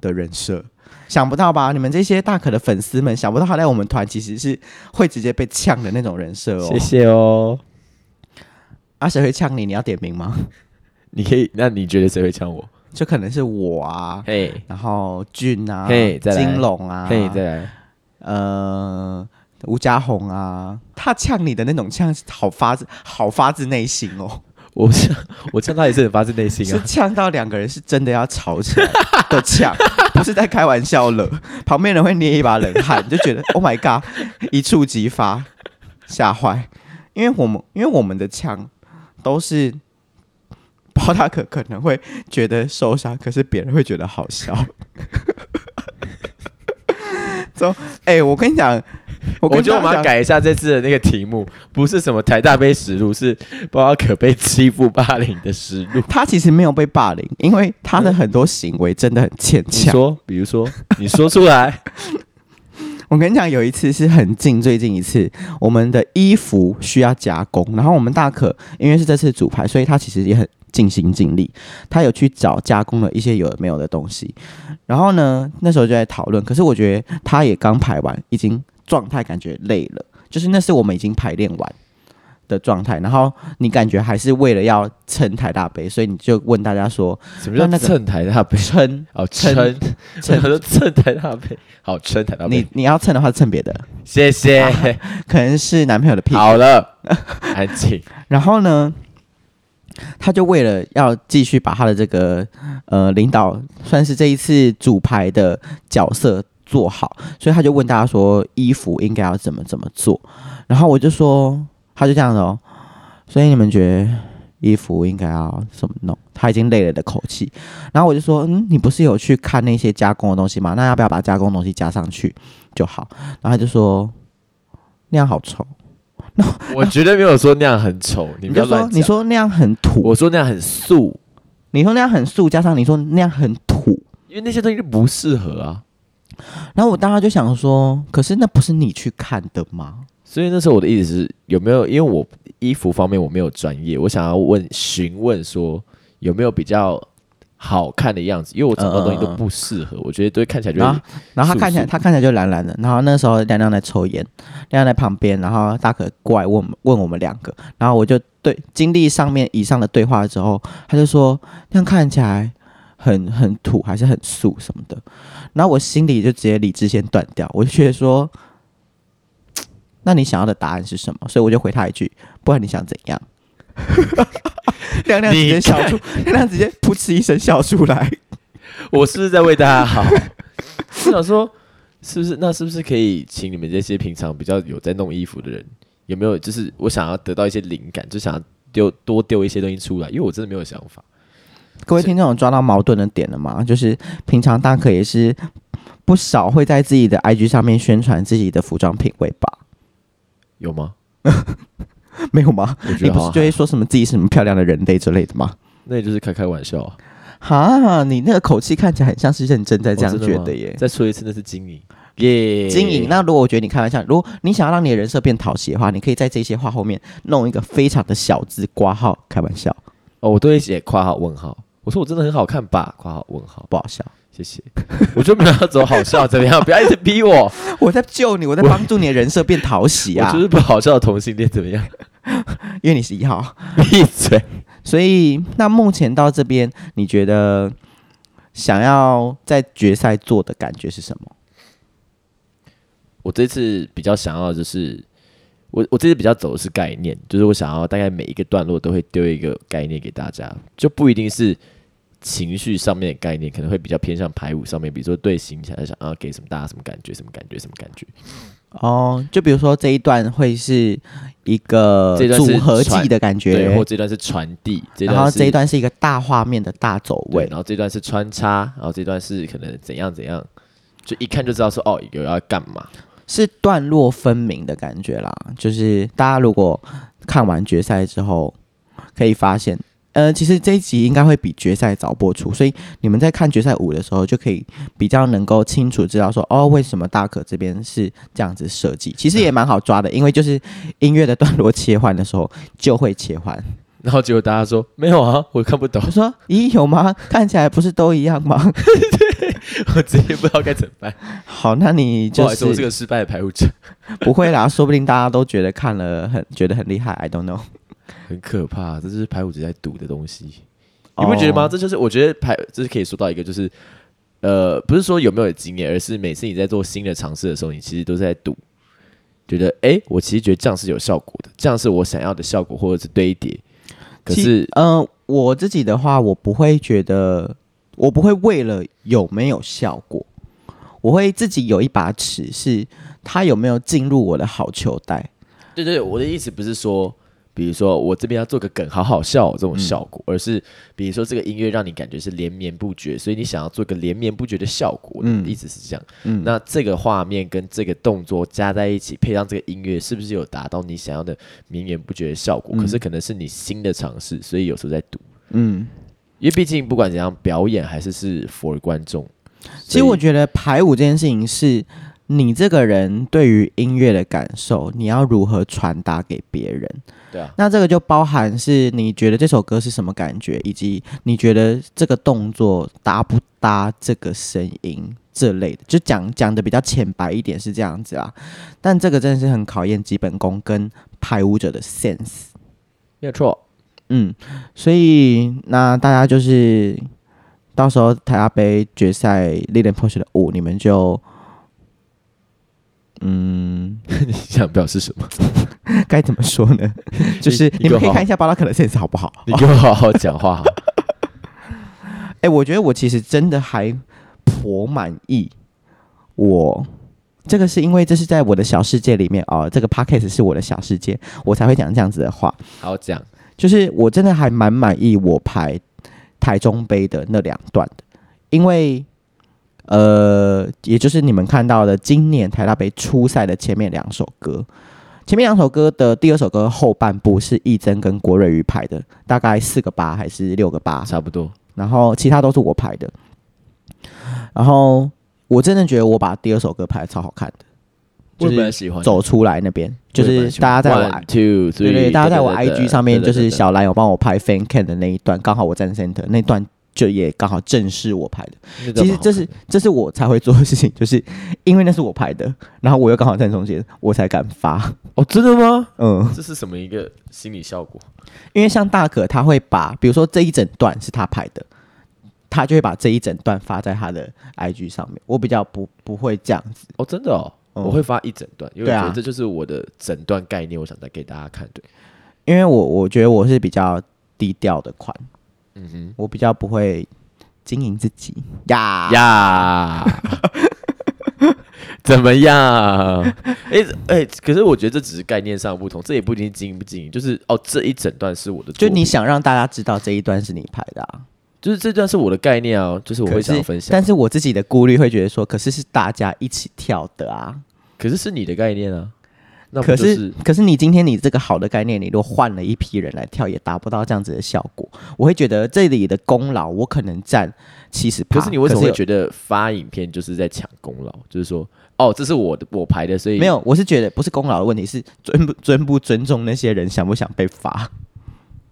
Speaker 1: 的人设，想不到吧？你们这些大可的粉丝们，想不到他在我们团其实是会直接被呛的那种人设哦。
Speaker 2: 谢谢哦。
Speaker 1: 啊，谁会呛你？你要点名吗？
Speaker 2: 你可以，那你觉得谁会抢我？
Speaker 1: 就可能是我啊，
Speaker 2: 嘿，
Speaker 1: 然后俊啊，
Speaker 2: 嘿再来
Speaker 1: 金龙啊，
Speaker 2: 嘿，再来，
Speaker 1: 呃。吴家宏啊，他呛你的那种呛，好发自好发自内心哦，
Speaker 2: 我呛，我呛他也是很发自内心
Speaker 1: 是
Speaker 2: 啊。
Speaker 1: 呛到两个人是真的要吵起来的呛，不是在开玩笑了。 旁边人会捏一把冷汗，就觉得 Oh my God，一触即发，吓坏。因为我们因为我们的呛都是包大可可能会觉得受伤，可是别人会觉得好笑。 走，哎、我跟你讲，我跟
Speaker 2: 我觉得我
Speaker 1: 大
Speaker 2: 们
Speaker 1: 家讲
Speaker 2: 要改一下这次的那个题目，不是什么台大杯实录，是包包可被欺负霸凌的实 录。
Speaker 1: 他其实没有被霸凌，因为他的很多行为真的很欠
Speaker 2: 你
Speaker 1: 呛。
Speaker 2: 说，比如说，你说 出来。
Speaker 1: 我跟你讲，有一次是很近，最近一次，我们的衣服需要加工，然后我们大可因为是这次主牌，所以他其实也很尽心尽力，他有去找加工了一些有的没有的东西。然后呢，那时候就在讨论，可是我觉得他也刚排完，已经状态感觉累了，就是那是我们已经排练完。的状态，然后你感觉还是为了要撑台大杯，所以你就问大家说
Speaker 2: 什么叫
Speaker 1: 那那个
Speaker 2: 蹭台大杯？
Speaker 1: 撑
Speaker 2: 哦，撑
Speaker 1: 撑，
Speaker 2: 我
Speaker 1: 撑，
Speaker 2: 说蹭台大杯，好撑台大杯
Speaker 1: 你，你要撑的话撑别的，
Speaker 2: 谢谢，
Speaker 1: 可能是男朋友的屁股。
Speaker 2: 好了，安静，
Speaker 1: 然后呢，他就为了要继续把他的这个呃领导，算是这一次主牌的角色做好，所以他就问大家说，衣服应该要怎么怎么做。然后我就说，他就这样子哦，所以你们觉得？衣服应该要怎么弄？他已经累了的口气，然后我就说：“嗯，你不是有去看那些加工的东西吗？那要不要把加工的东西加上去就好？”然后他就说：“那样好丑。
Speaker 2: 我绝对没有说那样很丑，”你
Speaker 1: 你
Speaker 2: 不要
Speaker 1: 就说
Speaker 2: 乱：“
Speaker 1: 你
Speaker 2: 讲。
Speaker 1: 说那样很土。”
Speaker 2: 我说那样很素，
Speaker 1: 你说那样很素，加上你说那样很土，
Speaker 2: 因为那些东西就不适合啊。
Speaker 1: 然后我当时就想说，可是那不是你去看的吗？
Speaker 2: 所以那时候我的意思是，有没有？因为我衣服方面我没有专业，我想要问询问说有没有比较好看的样子，因为我找到东西都不适合，我觉得都会看起来就
Speaker 1: 然后
Speaker 2: 是，
Speaker 1: 然后他看起来
Speaker 2: 素素
Speaker 1: 他看起来就懒懒的，然后那时候亮亮在抽烟，亮亮在旁边，然后大可过来问我们问我们两个，然后我就对经历上面以上的对话之后，他就说那样看起来很很土，还是很素什么的。然后我心里就直接理智线断掉，我就觉得说，那你想要的答案是什么？所以我就回他一句，不然你想怎样？ 亮亮直接笑 出，亮亮直接噗嗤一声笑出来。
Speaker 2: 我是不是在为大家好？我想说，是不是那是不是可以请你们这些平常比较有在弄衣服的人，有没有就是我想要得到一些灵感，就想要丢多丢一些东西出来，因为我真的没有想法。
Speaker 1: 各位听众有抓到矛盾的点了吗？就是平常大可也是不少会在自己的 IG 上面宣传自己的服装品味吧？
Speaker 2: 有吗？
Speaker 1: 没有吗？
Speaker 2: 我觉
Speaker 1: 你
Speaker 2: 得
Speaker 1: 不
Speaker 2: 好
Speaker 1: 是
Speaker 2: 像
Speaker 1: 就会说什么自己什么漂亮的人类之类的吗？
Speaker 2: 那也就是开开玩笑、啊。
Speaker 1: 哈，你那个口气看起来很像是认真在这样
Speaker 2: 哦真的
Speaker 1: 觉
Speaker 2: 吗
Speaker 1: 得耶。
Speaker 2: 再说一次，那是经营耶，
Speaker 1: 经营。那如果我觉得你开玩笑，如果你想要让你的人设变讨喜的话，你可以在这些话后面弄一个非常的小字挂号，开玩笑
Speaker 2: 哦，我都会写括号问号。我说我真的很好看吧？括号问号，
Speaker 1: 不好笑。
Speaker 2: 谢谢。 我就没有要走好笑怎么样？不要一直逼 我，
Speaker 1: 我在救你，我在
Speaker 2: 我
Speaker 1: 帮助你的人设变讨喜
Speaker 2: 我
Speaker 1: 啊
Speaker 2: 就，是不好笑的同性恋怎么样？
Speaker 1: 因为你是一号。
Speaker 2: 闭嘴。
Speaker 1: 所以，那目前到这边，你觉得想要在决赛做的感觉是什么？
Speaker 2: 我这次比较想要的就是，我我这次比较走的是概念，就是我想要大概每一个段落都会丢一个概念给大家，就不一定是情绪上面的概念，可能会比较偏向排舞上面，比如说对形象想要给什么大家什么感觉，什么感觉，什么感觉。
Speaker 1: 哦，就比如说这一段会是一个
Speaker 2: 这一段是
Speaker 1: 组合技
Speaker 2: 传
Speaker 1: 的感
Speaker 2: 对，或
Speaker 1: 觉，
Speaker 2: 这段是传递，这
Speaker 1: 然后
Speaker 2: 段是
Speaker 1: 这一段是一个大画面的大走
Speaker 2: 对，
Speaker 1: 位。
Speaker 2: 然后这段是穿插，然后这段是可能怎样怎样，就一看就知道说哦有要干嘛。
Speaker 1: 是段落分明的感觉啦。就是大家如果看完决赛之后，可以发现，呃，其实这一集应该会比决赛早播出，所以你们在看决赛五的时候，就可以比较能够清楚知道说，哦，为什么大可这边是这样子设计。其实也蛮好抓的，因为就是音乐的段落切换的时候就会切换。
Speaker 2: 然后结果大家说没有啊， 我看不懂
Speaker 1: 我，说，咦，有吗？看起来不是都一样吗？
Speaker 2: 我直接不知道该怎么 办。
Speaker 1: 好，那你
Speaker 2: 不
Speaker 1: 就
Speaker 2: 好意思，我是
Speaker 1: 是
Speaker 2: 个失败的排舞者。
Speaker 1: 不会啦，说不定大家都觉得看了很觉得很厉害，I don't know。
Speaker 2: 很可怕，这就是排舞者在赌的东西，你不觉
Speaker 1: 哦
Speaker 2: 得吗？这就是我觉得排，这是可以说到一个，就是呃，不是说有没有经验，而是每次你在做新的尝试的时候，你其实都是在赌，觉得诶，我其实觉得这样是有效果的，这样是我想要的效果，或者是堆叠。可
Speaker 1: 其
Speaker 2: 是，
Speaker 1: 嗯、我自己的话，我不会觉得，我不会为了有没有效果，我会自己有一把尺，是它有没有进入我的好球袋。
Speaker 2: 对对，对我的意思不是说，比如说我这边要做个梗，好好笑、哦、这种效果，
Speaker 1: 嗯
Speaker 2: 而是比如说这个音乐让你感觉是连绵不绝，所以你想要做个连绵不绝的效果。我的
Speaker 1: 嗯
Speaker 2: 意思是这样。
Speaker 1: 嗯，
Speaker 2: 那这个画面跟这个动作加在一起，配上这个音乐，是不是有达到你想要的绵延不绝的效果？
Speaker 1: 嗯
Speaker 2: 可是可能是你新的尝试，所以有时候在赌，
Speaker 1: 嗯，
Speaker 2: 因为毕竟不管怎样，表演还是是 for 观众。
Speaker 1: 其实
Speaker 2: 所以
Speaker 1: 我觉得排舞这件事情是你这个人对于音乐的感受，你要如何传达给别人。
Speaker 2: 对啊，
Speaker 1: 那这个就包含是你觉得这首歌是什么感觉，以及你觉得这个动作搭不搭这个声音这类的，就讲讲的比较浅白一点是这样子啦。但这个真的是很考验基本功跟排舞者的 sense。
Speaker 2: 没有错。
Speaker 1: 嗯，所以那大家就是到时候台大杯决赛 l i l i n Push 的舞，你们就嗯，
Speaker 2: 你想表示什么？
Speaker 1: 该怎么说呢？ 就是
Speaker 2: 一
Speaker 1: 你们可以
Speaker 2: 个好
Speaker 1: 看一下巴拉克的 sense 好不好？
Speaker 2: 你给我好好讲话好。
Speaker 1: 哎、我觉得我其实真的还颇满意。我这个是因为这是在我的小世界里面哦，这个 podcast 是我的小世界，我才会讲这样子的话。
Speaker 2: 好讲，
Speaker 1: 就是我真的还蛮满意我排台中杯的那两段的，因为呃，也就是你们看到的今年台大杯初赛的前面两首歌，前面两首歌的第二首歌后半部是义珍跟郭瑞宇排的，大概四个八还是六个八，
Speaker 2: 差不多。
Speaker 1: 然后其他都是我排的。然后我真的觉得我把第二首歌排的超好看的，
Speaker 2: 我
Speaker 1: 就
Speaker 2: 也蛮
Speaker 1: 是
Speaker 2: 喜欢的，
Speaker 1: 走出来那边，就
Speaker 2: 我也蛮
Speaker 1: 是
Speaker 2: 喜
Speaker 1: 大家
Speaker 2: 欢
Speaker 1: 在我
Speaker 2: One,
Speaker 1: 对
Speaker 2: two three，
Speaker 1: 对，大家在我
Speaker 2: 对对对
Speaker 1: IG 上面
Speaker 2: 对对
Speaker 1: 就
Speaker 2: 对
Speaker 1: 是小兰有帮我拍 fan cam 的那一段，刚好我站 center 那段就也刚好正是我拍的。
Speaker 2: 那个
Speaker 1: 其
Speaker 2: 蛮
Speaker 1: 实
Speaker 2: 好
Speaker 1: 这是
Speaker 2: 看的
Speaker 1: 这是我才会做的事情，就是因为那是我拍的，然后我又刚好站中间，我才敢发。
Speaker 2: 哦，真的吗？
Speaker 1: 嗯，
Speaker 2: 这是什么一个心理效果？
Speaker 1: 因为像大可他会把，比如说这一整段是他拍的，他就会把这一整段发在他的 IG 上面。我比较不不会这样子，
Speaker 2: 哦，真的哦，
Speaker 1: 嗯
Speaker 2: 我会发一整段，因为
Speaker 1: 对
Speaker 2: 我
Speaker 1: 啊
Speaker 2: 觉得这就是我的整段概念，我想再给大家看。对，
Speaker 1: 因为我我觉得我是比较低调的款，
Speaker 2: 嗯哼，
Speaker 1: 我比较不会经营自己呀
Speaker 2: 呀， 怎么样？哎、哎、可是我觉得这只是概念上的不同，这也不一定经营不经营，就是哦，这一整段是我的
Speaker 1: 就
Speaker 2: 作品，
Speaker 1: 你想让大家知道这一段是你拍的、啊，
Speaker 2: 就是这段是我的概念哦，就是我
Speaker 1: 可
Speaker 2: 会想
Speaker 1: 是
Speaker 2: 要分享，
Speaker 1: 但是我自己的顾虑会觉得说，可是是大家一起跳的啊。
Speaker 2: 可是是你的概念啊，那不
Speaker 1: 可
Speaker 2: 就是
Speaker 1: 可是你今天你这个好的概念，你如果换了一批人来跳，也达不到这样子的效果。我会觉得这里的功劳我可能占七十，
Speaker 2: 可是你为什么会
Speaker 1: 有
Speaker 2: 觉得发影片就是在抢功劳？就是说，哦，这是我的我排的，所以
Speaker 1: 没有？我是觉得不是功劳的问题，是尊不尊不尊重那些人，想不想被罚？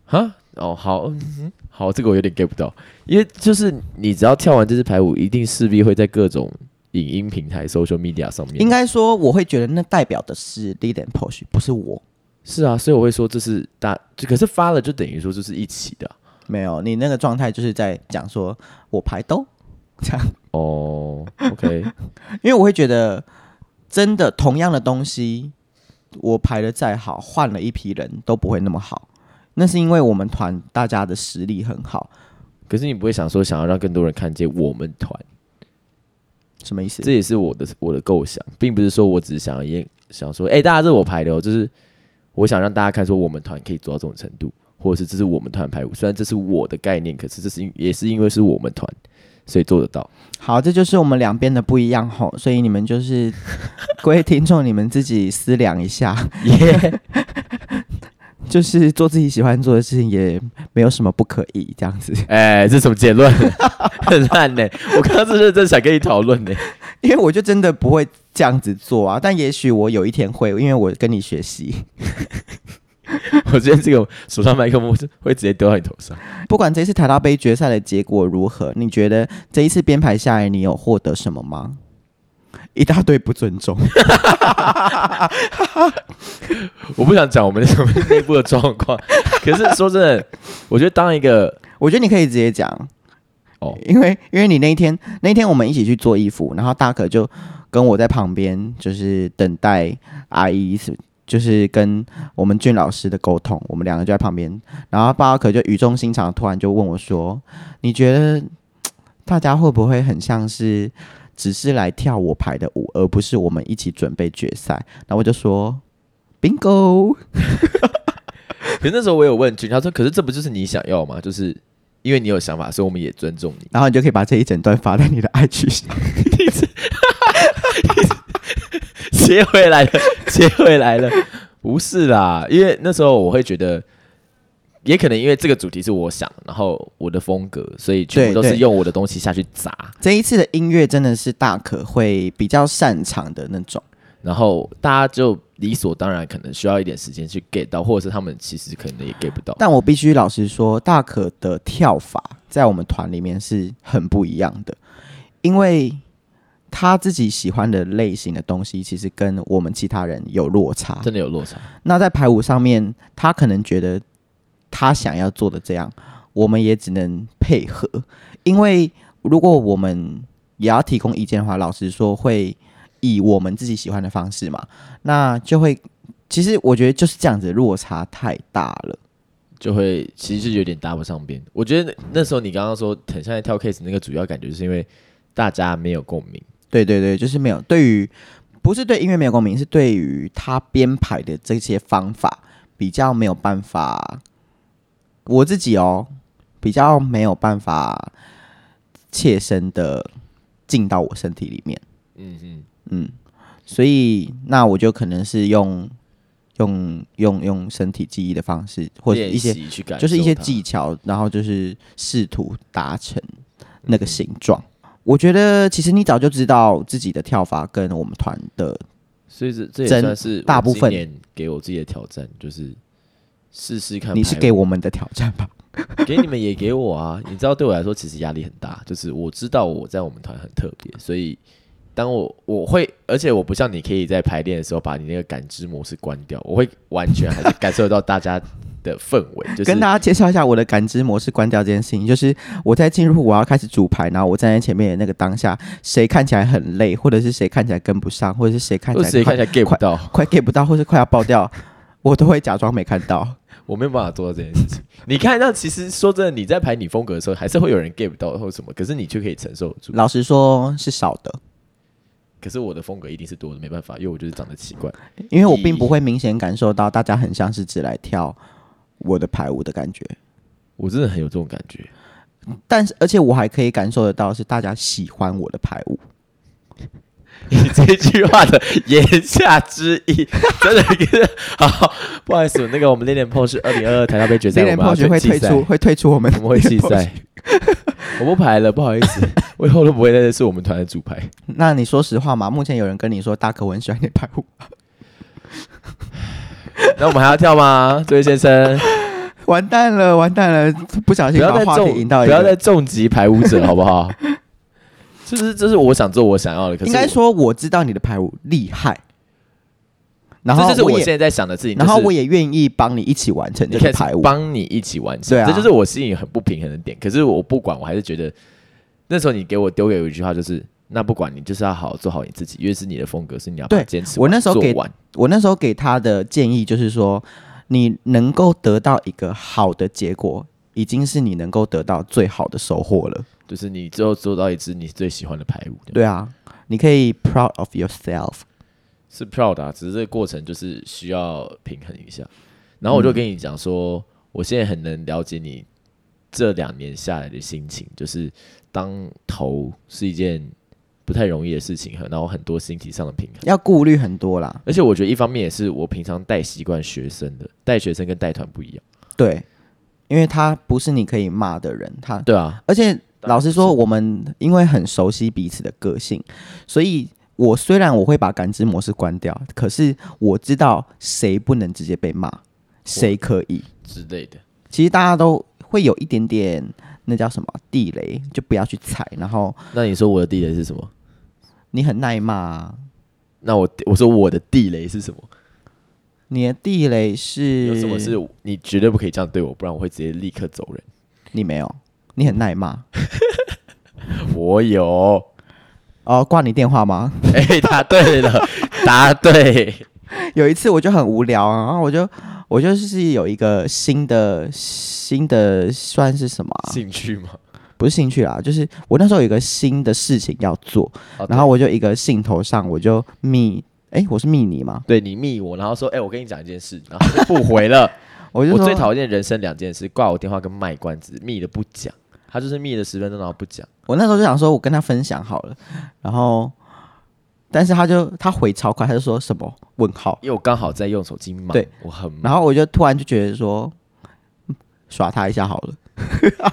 Speaker 2: 哈，哦，好，嗯哼好，这个我有点 get 不到，因为就是你只要跳完这支排舞，一定势必会在各种影音平台、social media 上面。
Speaker 1: 应该说，我会觉得那代表的是 lead and push，不是我。
Speaker 2: 是啊，所以我会说这是大，就可是发了就等于说这是一起的啊、
Speaker 1: 没有，你那个状态就是在讲说我排都这样，
Speaker 2: 哦。OK，
Speaker 1: 因为我会觉得真的同样的东西，我排的再好，换了一批人都不会那么好。那是因为我们团大家的实力很好，
Speaker 2: 可是你不会想说想要让更多人看见我们团，
Speaker 1: 什么意思？
Speaker 2: 这也是我的我的构想，并不是说我只是想要演想说，哎、大家这是我排的、哦，就是我想让大家看说我们团可以做到这种程度，或者是这是我们团排舞，虽然这是我的概念，可是这是因也是因为是我们团，所以做得到。
Speaker 1: 好，这就是我们两边的不一样吼，所以你们就是 各位听众，你们自己思量一下，
Speaker 2: 耶，
Speaker 1: 就是做自己喜欢做的事情，也没有什么不可以这样子。
Speaker 2: 哎，这什么结论？ 很烂呢、我刚刚是认真想跟你讨论呢。
Speaker 1: 因为我就真的不会这样子做啊，但也许我有一天会，因为我跟你学习。
Speaker 2: 我觉得这个手上麦克风会直接丢到你头上。
Speaker 1: 不管这次台大杯决赛的结果如何，你觉得这一次编排下来，你有获得什么吗？一大堆不尊重，
Speaker 2: 我不想讲我们什么内部的状况， 可是说真的，我觉得当一个
Speaker 1: 我觉得你可以直接讲
Speaker 2: 哦
Speaker 1: 因为因为你那一天那一天我们一起去做衣服，然后大可就跟我在旁边就是等待阿姨是。就是跟我们俊老师的沟通，我们两个就在旁边，然后巴可就语重心长地突然就问我说：“你觉得大家会不会很像是只是来跳我排的舞，而不是我们一起准备决赛？”然后我就说：“bingo。
Speaker 2: 可是那时候我有问君，他说：“可是这不就是你想要吗？就是因为你有想法，所以我们也尊重 你”。
Speaker 1: 然后你就可以把这一整段发在你的 IG 上。
Speaker 2: 接回来了，接回来了，不是啦，因为那时候我会觉得，也可能因为这个主题是我想，然后我的风格，所以全部
Speaker 1: 对
Speaker 2: 都是
Speaker 1: 对
Speaker 2: 用我的东西下去砸，
Speaker 1: 这一次的音乐真的是大可会比较擅长的那种，
Speaker 2: 然后大家就理所当然可能需要一点时间去 get 到，或者是他们其实可能也 get 不到。
Speaker 1: 但我必须老实说，大可的跳法在我们团里面是很不一样的，因为他自己喜欢的类型的东西，其实跟我们其他人有落差。
Speaker 2: 真的有落差，
Speaker 1: 那在排舞上面，他可能觉得他想要做的这样，我们也只能配合，因为如果我们也要提供意见的话，老实说会以我们自己喜欢的方式嘛，那就会其实我觉得就是这样子，落差太大了。
Speaker 2: 就会其实就有点搭不上边。我觉得那那时候你刚刚说很像在跳 case 那个主要感觉，是因为大家没有共鸣。
Speaker 1: 对对对，就是没有对于不是对音乐没有共鸣，是对于他编排的这些方法比较没有办法，我自己哦比较没有办法切身的进到我身体里面，
Speaker 2: 嗯嗯，
Speaker 1: 嗯，所以那我就可能是用用用用身体记忆的方式，或者一些
Speaker 2: 练习去感受它，
Speaker 1: 就是一些技巧，然后就是试图达成那
Speaker 2: 嗯
Speaker 1: 个形状。我觉得其实你早就知道自己的跳法跟我们团的，
Speaker 2: 所以这这也
Speaker 1: 真
Speaker 2: 算是我
Speaker 1: 大部分
Speaker 2: 今年给我自己的挑战，就是试试看排舞。
Speaker 1: 你是给我们的挑战吧？
Speaker 2: 给你们也给我啊！你知道对我来说其实压力很大，就是我知道我在我们团很特别，所以当我我会，而且我不像你可以在排练的时候把你那个感知模式关掉，我会完全还是感受到大家的氛围，就是
Speaker 1: 跟大家介绍一下我的感知模式关掉这件事情，就是我在进入我要开始主排，然后我站在前面的那个当下，谁看起来很累，或者是谁看起来跟不上，或者是谁看起
Speaker 2: 我
Speaker 1: 来
Speaker 2: 直接
Speaker 1: 快
Speaker 2: 看起来 get 不到，
Speaker 1: 快 get 不到，或是快要爆掉，我都会假装没看到。
Speaker 2: 我没有办法做到这件事情。你看，那其实说真的，你在排你风格的时候，还是会有人 get 不到或什么，可是你却可以承受得住。
Speaker 1: 老实说，是少的，
Speaker 2: 可是我的风格一定是多的，没办法，因为我就是长得奇怪。
Speaker 1: 因为我并不会明显感受到大家很像是只来跳我的排舞的感觉。
Speaker 2: 我真的很有这种感觉。
Speaker 1: 但是，而且我还可以感受得到，是大家喜欢我的排舞。
Speaker 2: 你这句话的言下之意， 真的跟好，不好意思，那个我们练练 PO 是二零二二台大杯决赛，
Speaker 1: 虽
Speaker 2: 我
Speaker 1: 然
Speaker 2: 们要
Speaker 1: p 学会
Speaker 2: 弃
Speaker 1: 退
Speaker 2: 赛
Speaker 1: 出，，会退出我们，
Speaker 2: 我们会弃。赛。 我不排了，不好意思，我以后都不会再是我们团的主排。
Speaker 1: 那你说实话嘛？目前有人跟你说大可我很喜欢你的排舞，
Speaker 2: 那我们还要跳吗，这位先生？
Speaker 1: 完蛋了， 完蛋了，不小
Speaker 2: 不
Speaker 1: 心
Speaker 2: 要
Speaker 1: 把
Speaker 2: 再
Speaker 1: 话
Speaker 2: 重，
Speaker 1: 题引到一
Speaker 2: 不要再
Speaker 1: 个。
Speaker 2: 重击排舞者，好不好？ 就是，这是我想做我想要的，可是
Speaker 1: 应该
Speaker 2: 我，
Speaker 1: 说我知道你的排舞厉害，然后
Speaker 2: 这就是
Speaker 1: 我
Speaker 2: 我
Speaker 1: 也
Speaker 2: 现在在想的事情。
Speaker 1: 然后
Speaker 2: 就是
Speaker 1: 我也愿意帮你一起完成
Speaker 2: 你
Speaker 1: 这
Speaker 2: 可
Speaker 1: 个
Speaker 2: 以
Speaker 1: 排舞。
Speaker 2: 帮你一起完成。
Speaker 1: 对啊
Speaker 2: 这就是我心里很不平衡的点。可是我不管，我还是觉得那时候你给我丢给我一句话，就是那不管你就是要好好做好你自己，因为是你的风格，是你要把它
Speaker 1: 对
Speaker 2: 坚持
Speaker 1: 我那时候
Speaker 2: 做
Speaker 1: 给
Speaker 2: 完。
Speaker 1: 我那时候给他的建议就是说，你能够得到一个好的结果，已经是你能够得到最好的收获了。
Speaker 2: 就是你最后做到一支你最喜欢的排舞，
Speaker 1: 对啊，你可以 proud of yourself。
Speaker 2: 是 proud 啊，只是这个过程就是需要平衡一下。然后我就跟你讲说，我现在很能了解你这两年下来的心情，就是当头是一件不太容易的事情，然后很多心体上的平衡。
Speaker 1: 要顾虑很多啦。
Speaker 2: 而且我觉得一方面也是我平常带习惯学生的，带学生跟带团不一样。
Speaker 1: 对，因为他不是你可以骂的人，他
Speaker 2: 对啊，
Speaker 1: 而且
Speaker 2: 当然
Speaker 1: 老实说，
Speaker 2: 不
Speaker 1: 我们因为很熟悉彼此的个性，所以我虽然我会把感知模式关掉，可是我知道谁不能直接被骂，谁可以。
Speaker 2: 之类的。
Speaker 1: 其实大家都会有一点点那叫什么地雷，就不要去踩。然后
Speaker 2: 那你说我的地雷是什么？
Speaker 1: 你很耐骂、啊，
Speaker 2: 那我我说我的地雷是什么？
Speaker 1: 你的地雷是
Speaker 2: 有什么是你绝对不可以这样对我，不然我会直接立刻走人。
Speaker 1: 你没有，你很耐骂。
Speaker 2: 我有，
Speaker 1: 哦，挂你电话吗？
Speaker 2: 哎、答对 了，答对。
Speaker 1: 有一次我就很无聊啊，然后我就我就是有一个新的新的算是什么啊、
Speaker 2: 兴趣吗？
Speaker 1: 不是兴趣啦，就是我那时候有一个新的事情要做，
Speaker 2: 哦
Speaker 1: 然后我就一个兴头上我就密，哎、我是密你吗？
Speaker 2: 对对你密我，然后说，哎、我跟你讲一件事，然后他就不回了。
Speaker 1: 我就
Speaker 2: 我
Speaker 1: 说
Speaker 2: 最讨厌人生两件事：挂我电话跟卖关子。密的不讲，他就是密了十分钟，然后不讲。
Speaker 1: 我那时候就想说，我跟他分享好了，然后，但是他就他回超快，他就说什么问号，
Speaker 2: 因为我刚好在用手机忙，
Speaker 1: 对
Speaker 2: 我很忙。
Speaker 1: 然后我就突然就觉得说，嗯耍他一下好了，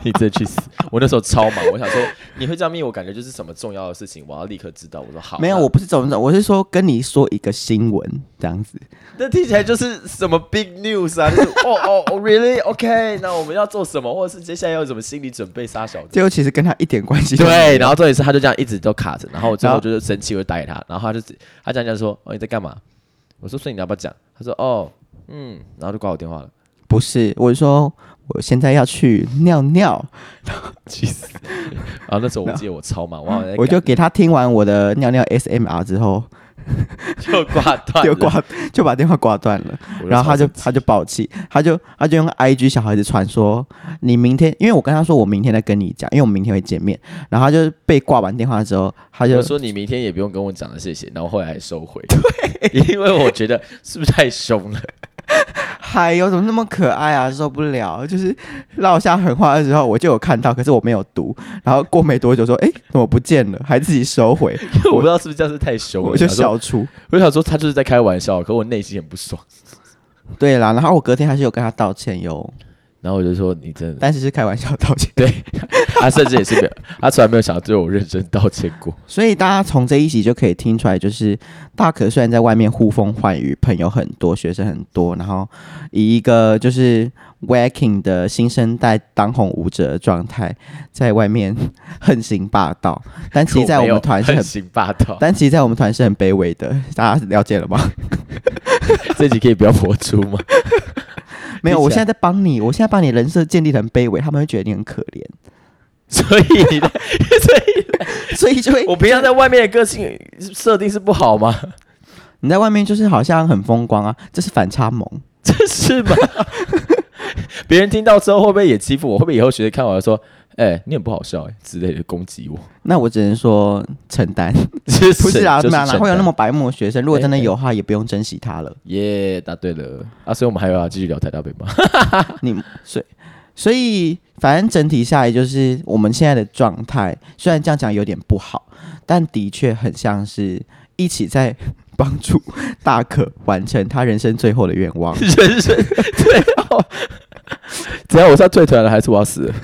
Speaker 2: 你真去死！我那时候超忙，我想说你会这样命我，感觉就是什么重要的事情，我要立刻知道。我说好，
Speaker 1: 没有，
Speaker 2: 那
Speaker 1: 我不是怎么怎么，我是说跟你说一个新闻这样子，
Speaker 2: 那听起来就是什么 big news 啊，就是哦哦哦，really OK，那我们要做什么，或者是接下来要有什么心理准备杀小的。
Speaker 1: 结果其实跟他一点关系都没有
Speaker 2: 对，然后重点是他就这样一直都卡着，然后我最
Speaker 1: 然
Speaker 2: 后
Speaker 1: 后
Speaker 2: 就是生气，我就打给他，然后他就只他讲讲说哦你在干嘛？我说所以你要不要讲？他说哦嗯，然后就挂我电话了。
Speaker 1: 不是，我是说我现在要去尿尿，
Speaker 2: 气死！ 然后那时候我记得我超忙，我好像在
Speaker 1: 我就
Speaker 2: 赶
Speaker 1: 给他听完我的尿尿 SMR 之后，
Speaker 2: 就挂断了，
Speaker 1: 就挂就把电话挂断了。
Speaker 2: 我超
Speaker 1: 然后他就
Speaker 2: 生气
Speaker 1: 他就爆气，他就他就用 IG 小孩子传说，你明天，因为我跟他说我明天再跟你讲，因为我们明天会见面。然后他就被挂完电话之后，他就
Speaker 2: 我说你明天也不用跟我讲了，谢谢。然后后来还收回，对， 因为我觉得是不是太 凶了？
Speaker 1: 嗨哟，怎么那么可爱啊，受不了！就是落下狠话的时候，我就有看到，可是我没有读。然后过没多久说，哎，怎么不见了？还自己收回，
Speaker 2: 我不知道是不是这样是太凶了。
Speaker 1: 我就
Speaker 2: 想说，
Speaker 1: 笑出。
Speaker 2: 我想说他就是在开玩笑，可我内心很不爽。
Speaker 1: 对啦，然后我隔天还是有跟他道歉哟。
Speaker 2: 然后我就说你真的，
Speaker 1: 但是是开玩笑道歉。
Speaker 2: 他甚至也是没有，他从来没有想要对我认真道歉过。
Speaker 1: 所以大家从这一集就可以听出来，就是大可虽然在外面呼风唤雨，朋友很多，学生很多，然后以一个就是 wacking 的新生代当红舞者的状态，在外面 横行霸道，但其实，在我
Speaker 2: 没有
Speaker 1: 们团是
Speaker 2: 横
Speaker 1: 很，
Speaker 2: 行霸道，
Speaker 1: 但其实，在我们团是很卑微的，大家了解了 吗？
Speaker 2: 这集可以不要播出吗？
Speaker 1: 没有，
Speaker 2: 听起来
Speaker 1: 我现在在帮你，我现在把你人设建立得很卑微，他们会觉得你很可怜，
Speaker 2: 所以，
Speaker 1: 哎
Speaker 2: 所以
Speaker 1: 所以就会
Speaker 2: 我平常在外面的个性设定是不好吗？
Speaker 1: 你在外面就是好像很风光啊，这是反差萌。
Speaker 2: 这是吗？别人听到之后会不会也欺负我？会不会以后学生看我就说：“哎、你很不好笑、哎之类的攻击 我
Speaker 1: 那我只能说承担。
Speaker 2: 就是
Speaker 1: 不是啊，
Speaker 2: 就
Speaker 1: 哪哪会有那
Speaker 2: 承担
Speaker 1: 么白目的学生？如果真的有的话，也不用珍惜他了。
Speaker 2: 耶答对了啊！所以我们还有要继续聊台大杯吗？。
Speaker 1: 你所以所以，反正整体下来就是我们现在的状态，虽然这样讲有点不好，但的确很像是一起在帮助大可完成他人生最后的愿望
Speaker 2: 人生最后，哦 只要我是要退团了，还是我要死了？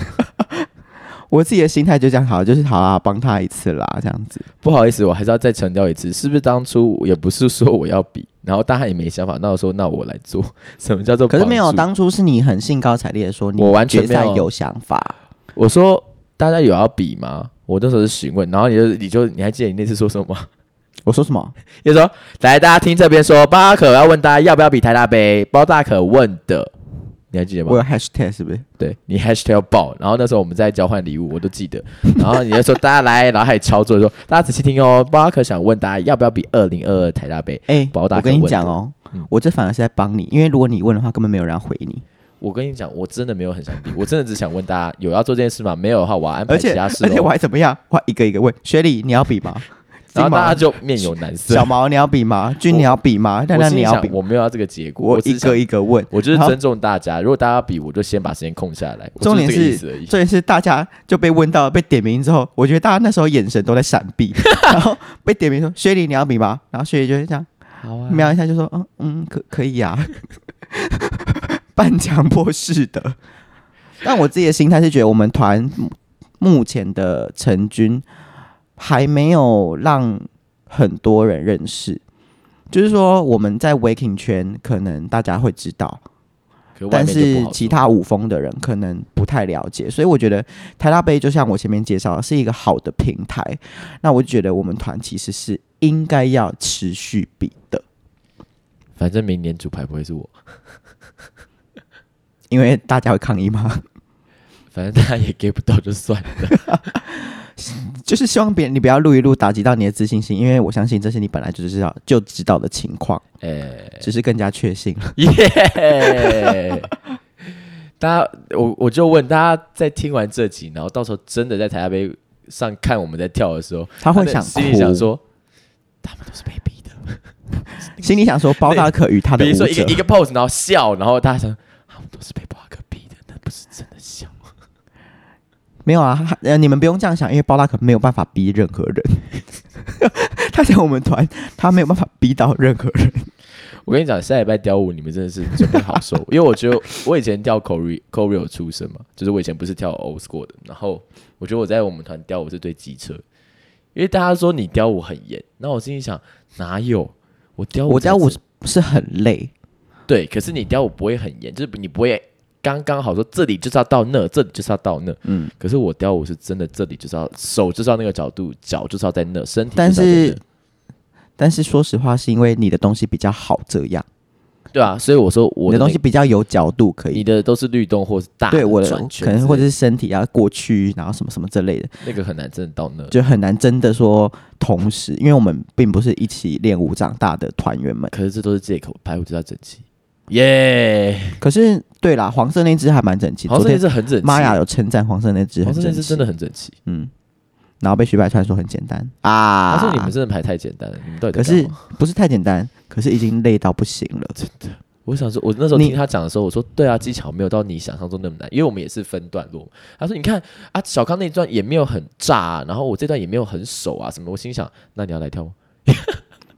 Speaker 1: 我自己的心态就这样，好，就是好啦，帮他一次啦，这样子。
Speaker 2: 不好意思，我还是要再强调一次，是不是当初也不是说我要比，然后大汉也没想法，那我说那我来做， 什么叫做
Speaker 1: 可是没有，
Speaker 2: 帮助
Speaker 1: 当初是你很兴高采烈的说，你
Speaker 2: 我完全
Speaker 1: 决赛
Speaker 2: 没有
Speaker 1: 有想法。
Speaker 2: 我说大家有要比吗？我那时候是询问，然后你就你就你还记得你那次说什么吗？
Speaker 1: 我说什么？
Speaker 2: 你就说来大家听这边说，包大可要问大家要不要比台大杯，包大可问的，你还记得吗
Speaker 1: 我？有 hashtag 是不是？
Speaker 2: 对你 hashtag 爆，然后那时候我们在交换礼物，我都记得。然后你就说大家来，然后还操作说大家仔细听哦，包大可想问大家要不要比二零二二台大杯。
Speaker 1: 哎、
Speaker 2: 宝达
Speaker 1: 我
Speaker 2: 可
Speaker 1: 跟你
Speaker 2: 问
Speaker 1: 讲
Speaker 2: 的
Speaker 1: 哦
Speaker 2: 嗯，
Speaker 1: 我这反而是在帮你，因为如果你问的话，根本没有人要回你。
Speaker 2: 我跟你讲，我真的没有很想比，我真的只想问大家有要做这件事吗？没有的话，我要安排
Speaker 1: 而
Speaker 2: 其
Speaker 1: 且
Speaker 2: 他
Speaker 1: 而
Speaker 2: 事、哦。
Speaker 1: 且我还怎么样？我还一个一个问，雪莉你要比吗？
Speaker 2: 然后
Speaker 1: 金毛
Speaker 2: 大家就面有难色。
Speaker 1: 小毛你要比吗？君
Speaker 2: 我
Speaker 1: 你要比吗？亮
Speaker 2: 我
Speaker 1: 亮
Speaker 2: 心
Speaker 1: 你
Speaker 2: 里
Speaker 1: 要
Speaker 2: 想
Speaker 1: 比？
Speaker 2: 我没有要这个结果，
Speaker 1: 我
Speaker 2: 我只
Speaker 1: 一
Speaker 2: 是想
Speaker 1: 个一个问，
Speaker 2: 我就是
Speaker 1: 然后
Speaker 2: 尊重大家，如果大家比，我就先把时间空下来。我
Speaker 1: 重点
Speaker 2: 就是这个意
Speaker 1: 是
Speaker 2: 思而已。
Speaker 1: 重点是大家就被问到被点名之后，我觉得大家那时候眼神都在闪避， 然后被点名说雪莉你要比吗？然后雪莉就会这样
Speaker 2: 好啊
Speaker 1: 瞄一下就说嗯嗯可可以啊， 半强迫式的。但我自己的心态是觉得我们团目目前的成军还没有让很多人认识，就是说我们在 waking 圈可能大家会知道，
Speaker 2: 可外
Speaker 1: 但
Speaker 2: 面就是不好
Speaker 1: 其
Speaker 2: 说。
Speaker 1: 他舞风的人可能不太了解，所以我觉得台大杯就像我前面介绍的，是一个好的平台。那我就觉得我们团其实是应该要持续比的，
Speaker 2: 反正明年主牌不会是我，
Speaker 1: 因为大家会抗议 吗？
Speaker 2: 反正大家也给不到就算了。
Speaker 1: 就是希望别人你不要录一录打击到你的自信心，因为我相信这是你本来就知道就知道的情况，
Speaker 2: 哎、
Speaker 1: 只是更加确信了。
Speaker 2: 耶、大家，我我就问大家，在听完这集，然后到时候真的在台下杯上看我们在跳的时候，
Speaker 1: 他会
Speaker 2: 在
Speaker 1: 想
Speaker 2: 心
Speaker 1: 哭，
Speaker 2: 里想说，他们都是被逼的。
Speaker 1: 心里想说包大可与他的
Speaker 2: 比
Speaker 1: 舞
Speaker 2: 如说一个
Speaker 1: 者
Speaker 2: 一，个 pose，然后笑，然后大家想，他们都是被巴克逼的，那不是真的笑。
Speaker 1: 没有啊，他呃，你们不用这样想，因为包大可没有办法逼任何人， 他在我们团他没有办法逼到任何人。
Speaker 2: 我跟你讲，下礼拜跳舞你们真的是准备好受，因为我觉得我以前跳 choreo choreo 出身嘛，就是我以前不是跳 old school 的，然后我觉得我在我们团跳舞是对机车，因为大家说你跳舞很严，那我心里想哪有我跳舞
Speaker 1: 我跳舞
Speaker 2: 才
Speaker 1: 是是很累，
Speaker 2: 对，可是你跳舞不会很严，就是你不会刚刚好说这里就是要到那，这里就是要到那，
Speaker 1: 嗯，
Speaker 2: 可是我跳舞是真的这里就是要手就是要那个角度，脚就是要在那，身体
Speaker 1: 但
Speaker 2: 就是要在那
Speaker 1: 是但是说实话，是因为你的东西比较好这样，
Speaker 2: 对啊，所以我说
Speaker 1: 你
Speaker 2: 我的
Speaker 1: 的东
Speaker 2: 那
Speaker 1: 西比较有角度可以
Speaker 2: 你。的都是律动或是大
Speaker 1: 对我的
Speaker 2: 转圈
Speaker 1: 可能
Speaker 2: 之
Speaker 1: 或
Speaker 2: 类
Speaker 1: 者是身体啊过去，然后什么什么之类的，
Speaker 2: 的那个很难真的到那。
Speaker 1: 就很难真的说同时，因为我们并不是一起练舞长大的团员们。
Speaker 2: 可是这都是借口，排舞就要整齐。耶、
Speaker 1: 可是对啦，黄色那只还蛮整齐，
Speaker 2: 黄
Speaker 1: 昨
Speaker 2: 色那
Speaker 1: 天
Speaker 2: 只很整齐，
Speaker 1: 玛雅有称赞黄色那只
Speaker 2: 黄
Speaker 1: 很
Speaker 2: 色那
Speaker 1: 整
Speaker 2: 只
Speaker 1: 齐
Speaker 2: 真，的很整齐。
Speaker 1: 嗯，然后被徐百川说很简单
Speaker 2: 他
Speaker 1: 啊，
Speaker 2: 说你们真的排太简单了，你们到底
Speaker 1: 可
Speaker 2: 在干
Speaker 1: 是
Speaker 2: 嘛？
Speaker 1: 不是太简单，可是已经累到不行了。
Speaker 2: 我想说，我那时候
Speaker 1: 你
Speaker 2: 听他讲的时候，我说对啊，技巧没有到你想象中那么难，因为我们也是分段落。他说你看啊，小康那一段也没有很炸、啊，然后我这段也没有很手啊什么。我心想，那你要来跳吗？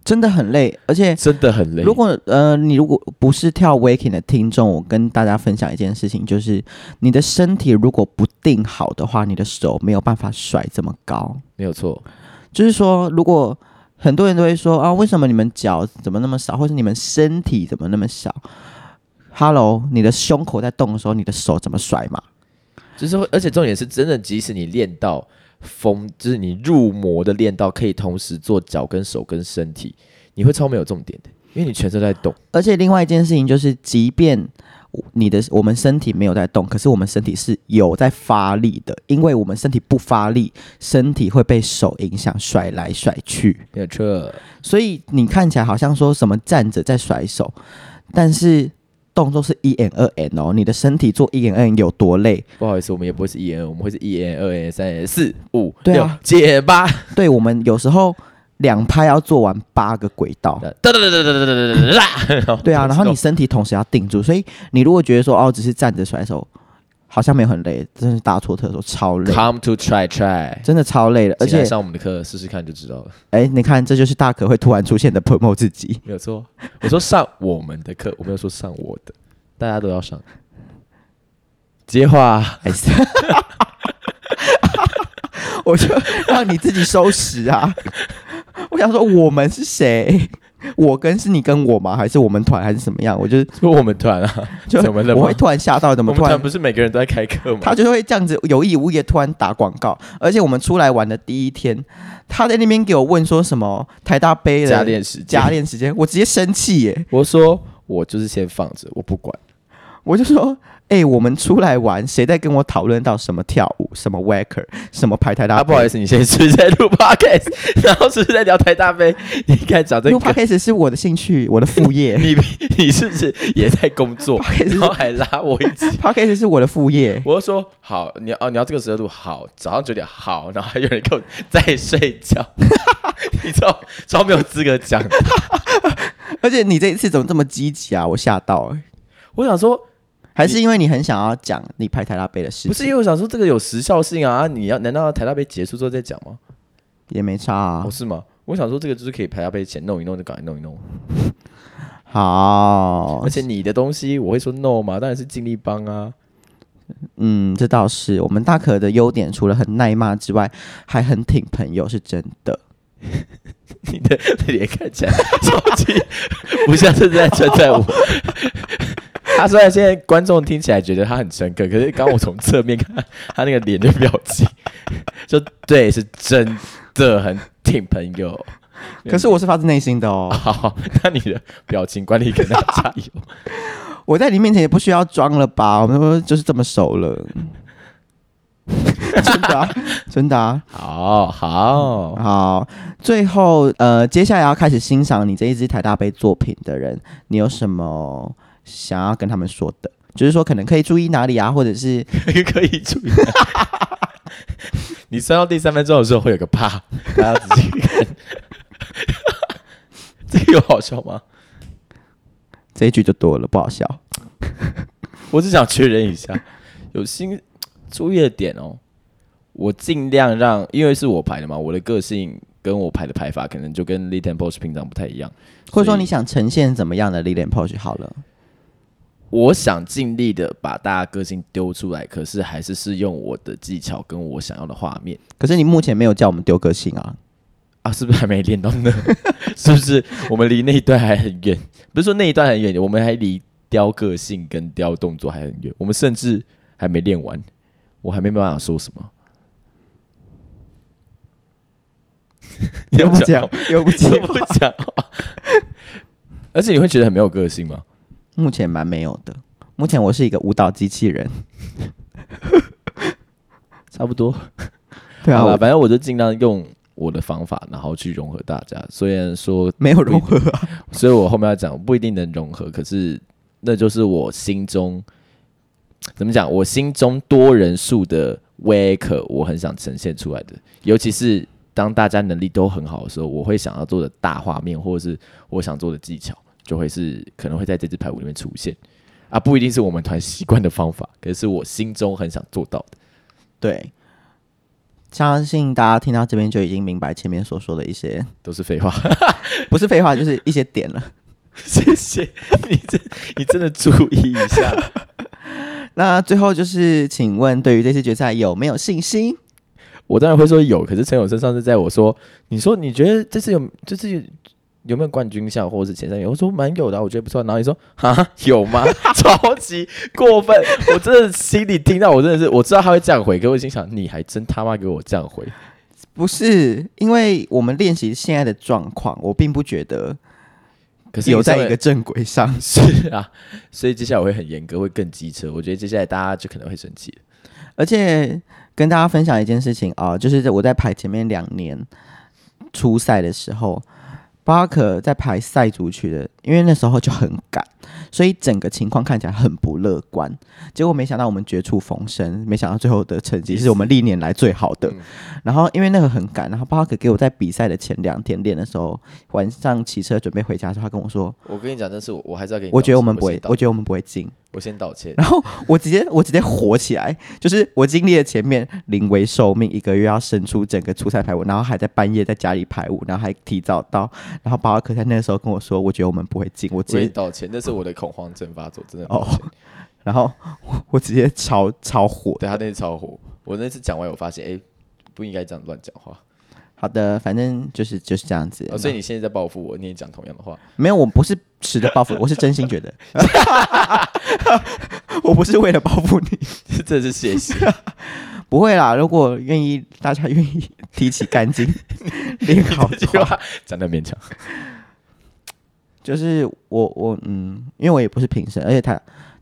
Speaker 1: 真的很累，而且
Speaker 2: 真的很累。
Speaker 1: 如果呃，你如果不是跳 waking 的听众，我跟大家分享一件事情，就是你的身体如果不定好的话，你的手没有办法甩这么高。
Speaker 2: 没有错，
Speaker 1: 就是说，如果很多人都会说啊，为什么你们脚怎么那么少，或是你们身体怎么那么小？Hello，你的胸口在动的时候，你的手怎么甩嘛？
Speaker 2: 就是会而且重点是真的，即使你练到疯，就是你入魔的练到可以同时做脚跟手跟身体，你会超没有重点的，因为你全身都在动。
Speaker 1: 而且另外一件事情就是，即便你的我们身体没有在动，可是我们身体是有在发力的，因为我们身体不发力，身体会被手影响甩来甩去。
Speaker 2: 没有错，
Speaker 1: 所以你看起来好像说什么站着在甩手，但是动作是一 n 二 n 哦，你的身体做一 n 二 n 有多累？
Speaker 2: 不好意思，我们也不会是一 n，我们会是一 n 二 n 三 n 四五
Speaker 1: 对
Speaker 2: 六
Speaker 1: 啊
Speaker 2: 七八。
Speaker 1: 对我们有时候两拍要做完八个轨道。
Speaker 2: 哒哒哒哒哒哒哒哒哒。
Speaker 1: 对啊，然后你身体同时要定住，所以你如果觉得说哦，只是站着甩手，好像没有很累，真是大错特错，超累。
Speaker 2: come to try try，
Speaker 1: 真的超累了，而
Speaker 2: 请来
Speaker 1: 且
Speaker 2: 上我们的课试试看就知道了。
Speaker 1: 哎、你看，这就是大可会突然出现的 promo 自 己，
Speaker 2: 没有错，我说上我们的课，我没有说上我的，大家都要上。接话，啊
Speaker 1: 还 是我就让你自己收拾啊！我想说，我们是谁？我跟是你跟我吗？还是我们团还是怎么样？我就
Speaker 2: 说我们团啊，
Speaker 1: 就
Speaker 2: 怎么了吗
Speaker 1: 我会突然吓到，怎么
Speaker 2: 我们
Speaker 1: 突然
Speaker 2: 团不是每个人都在开课吗
Speaker 1: 他？就会这样子有意无意地突然打广告，而且我们出来玩的第一天，他在那边给我问说什么台大杯的
Speaker 2: 加练时间
Speaker 1: 加练时间，我直接生气耶、
Speaker 2: 我说我就是先放着，我不管。
Speaker 1: 我就说，哎、我们出来玩，谁在跟我讨论到什么跳舞、什么 wacker、什么排台大
Speaker 2: 啊，
Speaker 1: 杯？
Speaker 2: 不好意思，你先是不是在录 podcast，然后是不是在聊台大杯？你应该讲这
Speaker 1: 录
Speaker 2: 个。
Speaker 1: podcast 是我的兴趣，我的副业。
Speaker 2: 你你是不是也在工作
Speaker 1: Podcast，是
Speaker 2: 然后还拉我一起？
Speaker 1: podcast 是我的副业。
Speaker 2: 我就说好，你要哦，你要这个时候录好，早上九点好，然后还有人跟我在睡觉， 你超超没有资格讲。
Speaker 1: 而且你这一次怎么这么积极啊？我吓到、欸，
Speaker 2: 我想说，
Speaker 1: 还是因为你很想要讲你排台大杯的事情？
Speaker 2: 不是因为我想说这个有时效性啊，你要难道台大杯结束之后再讲吗？
Speaker 1: 也没差啊
Speaker 2: 哦，。是吗？我想说这个就是可以台大杯前弄一弄就赶快弄一弄，
Speaker 1: 好
Speaker 2: 而，且你的东西我会说 no 嘛，当然是尽力帮啊。
Speaker 1: 嗯，这倒是我们大可的优点，除了很耐骂之外，还很挺朋友，是真的。
Speaker 2: 你的脸看起来超级不像是在称赞我。他虽然现在观众听起来觉得他很诚恳，可是刚我从侧面看他那个脸的表情，就对，是真的很挺朋友。
Speaker 1: 可是我是发自内心的 哦，
Speaker 2: 好，那你的表情管理跟他加油。
Speaker 1: 我在你面前也不需要装了吧？我们就是这么熟了， 真的、啊，真的、啊。
Speaker 2: 好 好，
Speaker 1: 好，最后呃，接下来要开始欣赏你这一支台大杯作品的人，你有什么想要跟他们说的？就是说，可能可以注意哪里啊，或者是
Speaker 2: 可以注意。你升到第三分钟的时候会有个啪，大家仔细看。这个有好笑吗？
Speaker 1: 这一句就多了，不好笑。
Speaker 2: 我只想确认一下，有新注意的点哦。我尽量让，因为是我排的嘛，我的个性跟我排的排法可能就跟 Lee Temple 平常不太一样，
Speaker 1: 或者说
Speaker 2: 所以
Speaker 1: 你想呈现怎么样的 l i l i a n Posh 好了，
Speaker 2: 我想尽力的把大家个性丢出来，可是还是是用我的技巧跟我想要的画面
Speaker 1: 可是你目前没有叫我们丢个性 啊。
Speaker 2: 啊，是不是还没练到呢？ 是不是我们离那一段还很远？不是说那一段很远，我们还离雕个性跟雕动作还很远，我们甚至还没练完，我还没办法说什 么。你
Speaker 1: 又不 讲，又 不
Speaker 2: 你
Speaker 1: 讲，
Speaker 2: 不讲 话，而且你会觉得很没有个性吗？
Speaker 1: 目前蛮没有的。目前我是一个舞蹈机器人。
Speaker 2: 差不多，
Speaker 1: 对啊，
Speaker 2: 好
Speaker 1: 我
Speaker 2: 吧，反正我就尽量用我的方法，然后去融合大家。虽然说，
Speaker 1: 没有融合 啊。
Speaker 2: 所以我后面要讲，我不一定能融合，可是那就是我心中怎么讲，我心中多人数的 wake，我很想呈现出来的，尤其是。当大家能力都很好的时候，我会想要做的大画面，或者是我想做的技巧，就会是可能会在这支排舞里面出现啊，不一定是我们团习惯的方法，可是我心中很想做到的。
Speaker 1: 对，相信大家听到这边就已经明白前面所说的一些，
Speaker 2: 都是废话。
Speaker 1: 不是废话，就是一些点了。
Speaker 2: 谢谢你真，你真的注意一下。
Speaker 1: 那最后就是，请问对于这次决赛有没有信心？
Speaker 2: 我当然会说有，可是陈永生上次在我说，你说你觉得这次有这次有有没有冠军相或者是前三名？我说蛮有的啊、我觉得不错。然后你说啊有吗？ 超级过分！我真的心里听到，我真的是我知道他会这样回，可我心想你还真他妈给我这样回。
Speaker 1: 不是，因为我们练习现在的状况，我并不觉得
Speaker 2: 可是你
Speaker 1: 有在
Speaker 2: 稍 微
Speaker 1: 一个正轨上。
Speaker 2: 是啊，所以接下来我会很严格，会更机车。我觉得接下来大家就可能会生气了。
Speaker 1: 而且跟大家分享一件事情啊，就是在我在排前面两年初赛的时候，巴克在排赛组曲的，因为那时候就很赶，所以整个情况看起来很不乐观。结果没想到我们绝处逢生，没想到最后的成绩是我们历年来最好的。
Speaker 2: 嗯
Speaker 1: 然后因为那个很赶，然后巴克给我在比赛的前两天练的时候，晚上骑车准备回家的时候，他跟我说
Speaker 2: 我跟你讲，但是我我还是要给你道歉，
Speaker 1: 我觉得我们不
Speaker 2: 先
Speaker 1: 会，
Speaker 2: 道
Speaker 1: 我觉得我们不会进。
Speaker 2: 我先道歉。
Speaker 1: 然后我直接我直接火起来，就是我经历了前面临危受命，一个月要生出整个初赛排舞，然后还在半夜在家里排舞，然后还提早到，然后巴尔克在那个时候跟我说，我觉得我们不会进，我直
Speaker 2: 我也
Speaker 1: 接
Speaker 2: 道歉，那是我的恐慌症发作，真的。
Speaker 1: 哦
Speaker 2: 哦，
Speaker 1: 然后我我直接超超火。
Speaker 2: 对他那次超火，我那次讲完，我发现哎、诶不应该这样乱讲话、
Speaker 1: 好的，反正就是就是这样子。
Speaker 2: 哦所以你现在在报复我，你也讲同样的话，
Speaker 1: 没有，我不是持着报复，我是真心觉得， 我不是为了报复你。
Speaker 2: 真的是谢谢。
Speaker 1: 不会啦，如果愿意，大家愿意提起干 净，练好
Speaker 2: 这
Speaker 1: 的
Speaker 2: 句
Speaker 1: 话，
Speaker 2: 话讲的勉强，
Speaker 1: 就是我我嗯，因为我也不是评审，而且台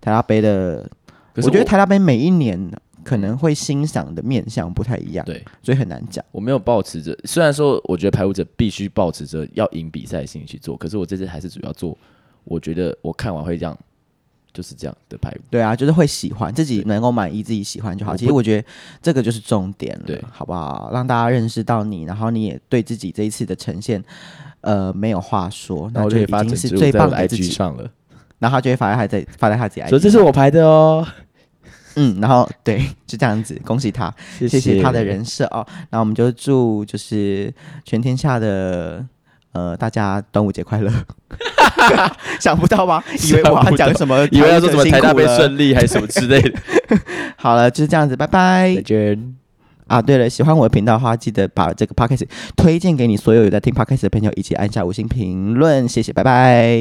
Speaker 1: 台大杯的，
Speaker 2: 可是
Speaker 1: 我觉得台大杯每一年可能会欣赏的面向不太一样，
Speaker 2: 对
Speaker 1: 所以很难讲。
Speaker 2: 我没有保持着，虽然说我觉得排舞者必须保持着要赢比赛的心情去做，可是我这次还是主要做，我觉得我看完会这样，就是这样的排舞。
Speaker 1: 对啊，就是会喜欢自己能够满意自己喜欢就好。
Speaker 2: 我不
Speaker 1: 其实我觉得这个就是重点了
Speaker 2: 对，
Speaker 1: 好不好？让大家认识到你，然后你也对自己这一次的呈现，呃，没有话说，
Speaker 2: 然
Speaker 1: 那
Speaker 2: 后
Speaker 1: 就
Speaker 2: 就
Speaker 1: 已
Speaker 2: 会发
Speaker 1: 经
Speaker 2: 整
Speaker 1: 是
Speaker 2: 支舞
Speaker 1: 最
Speaker 2: 在我
Speaker 1: 棒
Speaker 2: 的
Speaker 1: 的自
Speaker 2: IG
Speaker 1: 己。
Speaker 2: 上了，
Speaker 1: 然后他就会发在他自发在他自己 IG，
Speaker 2: 说这是我排的哦，
Speaker 1: 嗯，然后对，就这样子，恭喜他。
Speaker 2: 谢
Speaker 1: 谢谢
Speaker 2: 谢
Speaker 1: 他的人设哦。那我们就祝就是全天下的呃大家端午节 快乐。想不到吧？以为我
Speaker 2: 想
Speaker 1: 要
Speaker 2: 不到
Speaker 1: 讲什么，
Speaker 2: 以为要说什么台大
Speaker 1: 杯
Speaker 2: 杯顺利还是什么之类的。
Speaker 1: 好了，就是这样子，拜拜
Speaker 2: 再。见。
Speaker 1: 啊，对了，喜欢我的频道的话，记得把这个 podcast 推荐给你所有有在听 podcast 的朋友，以及按下五星评论，谢谢，拜拜。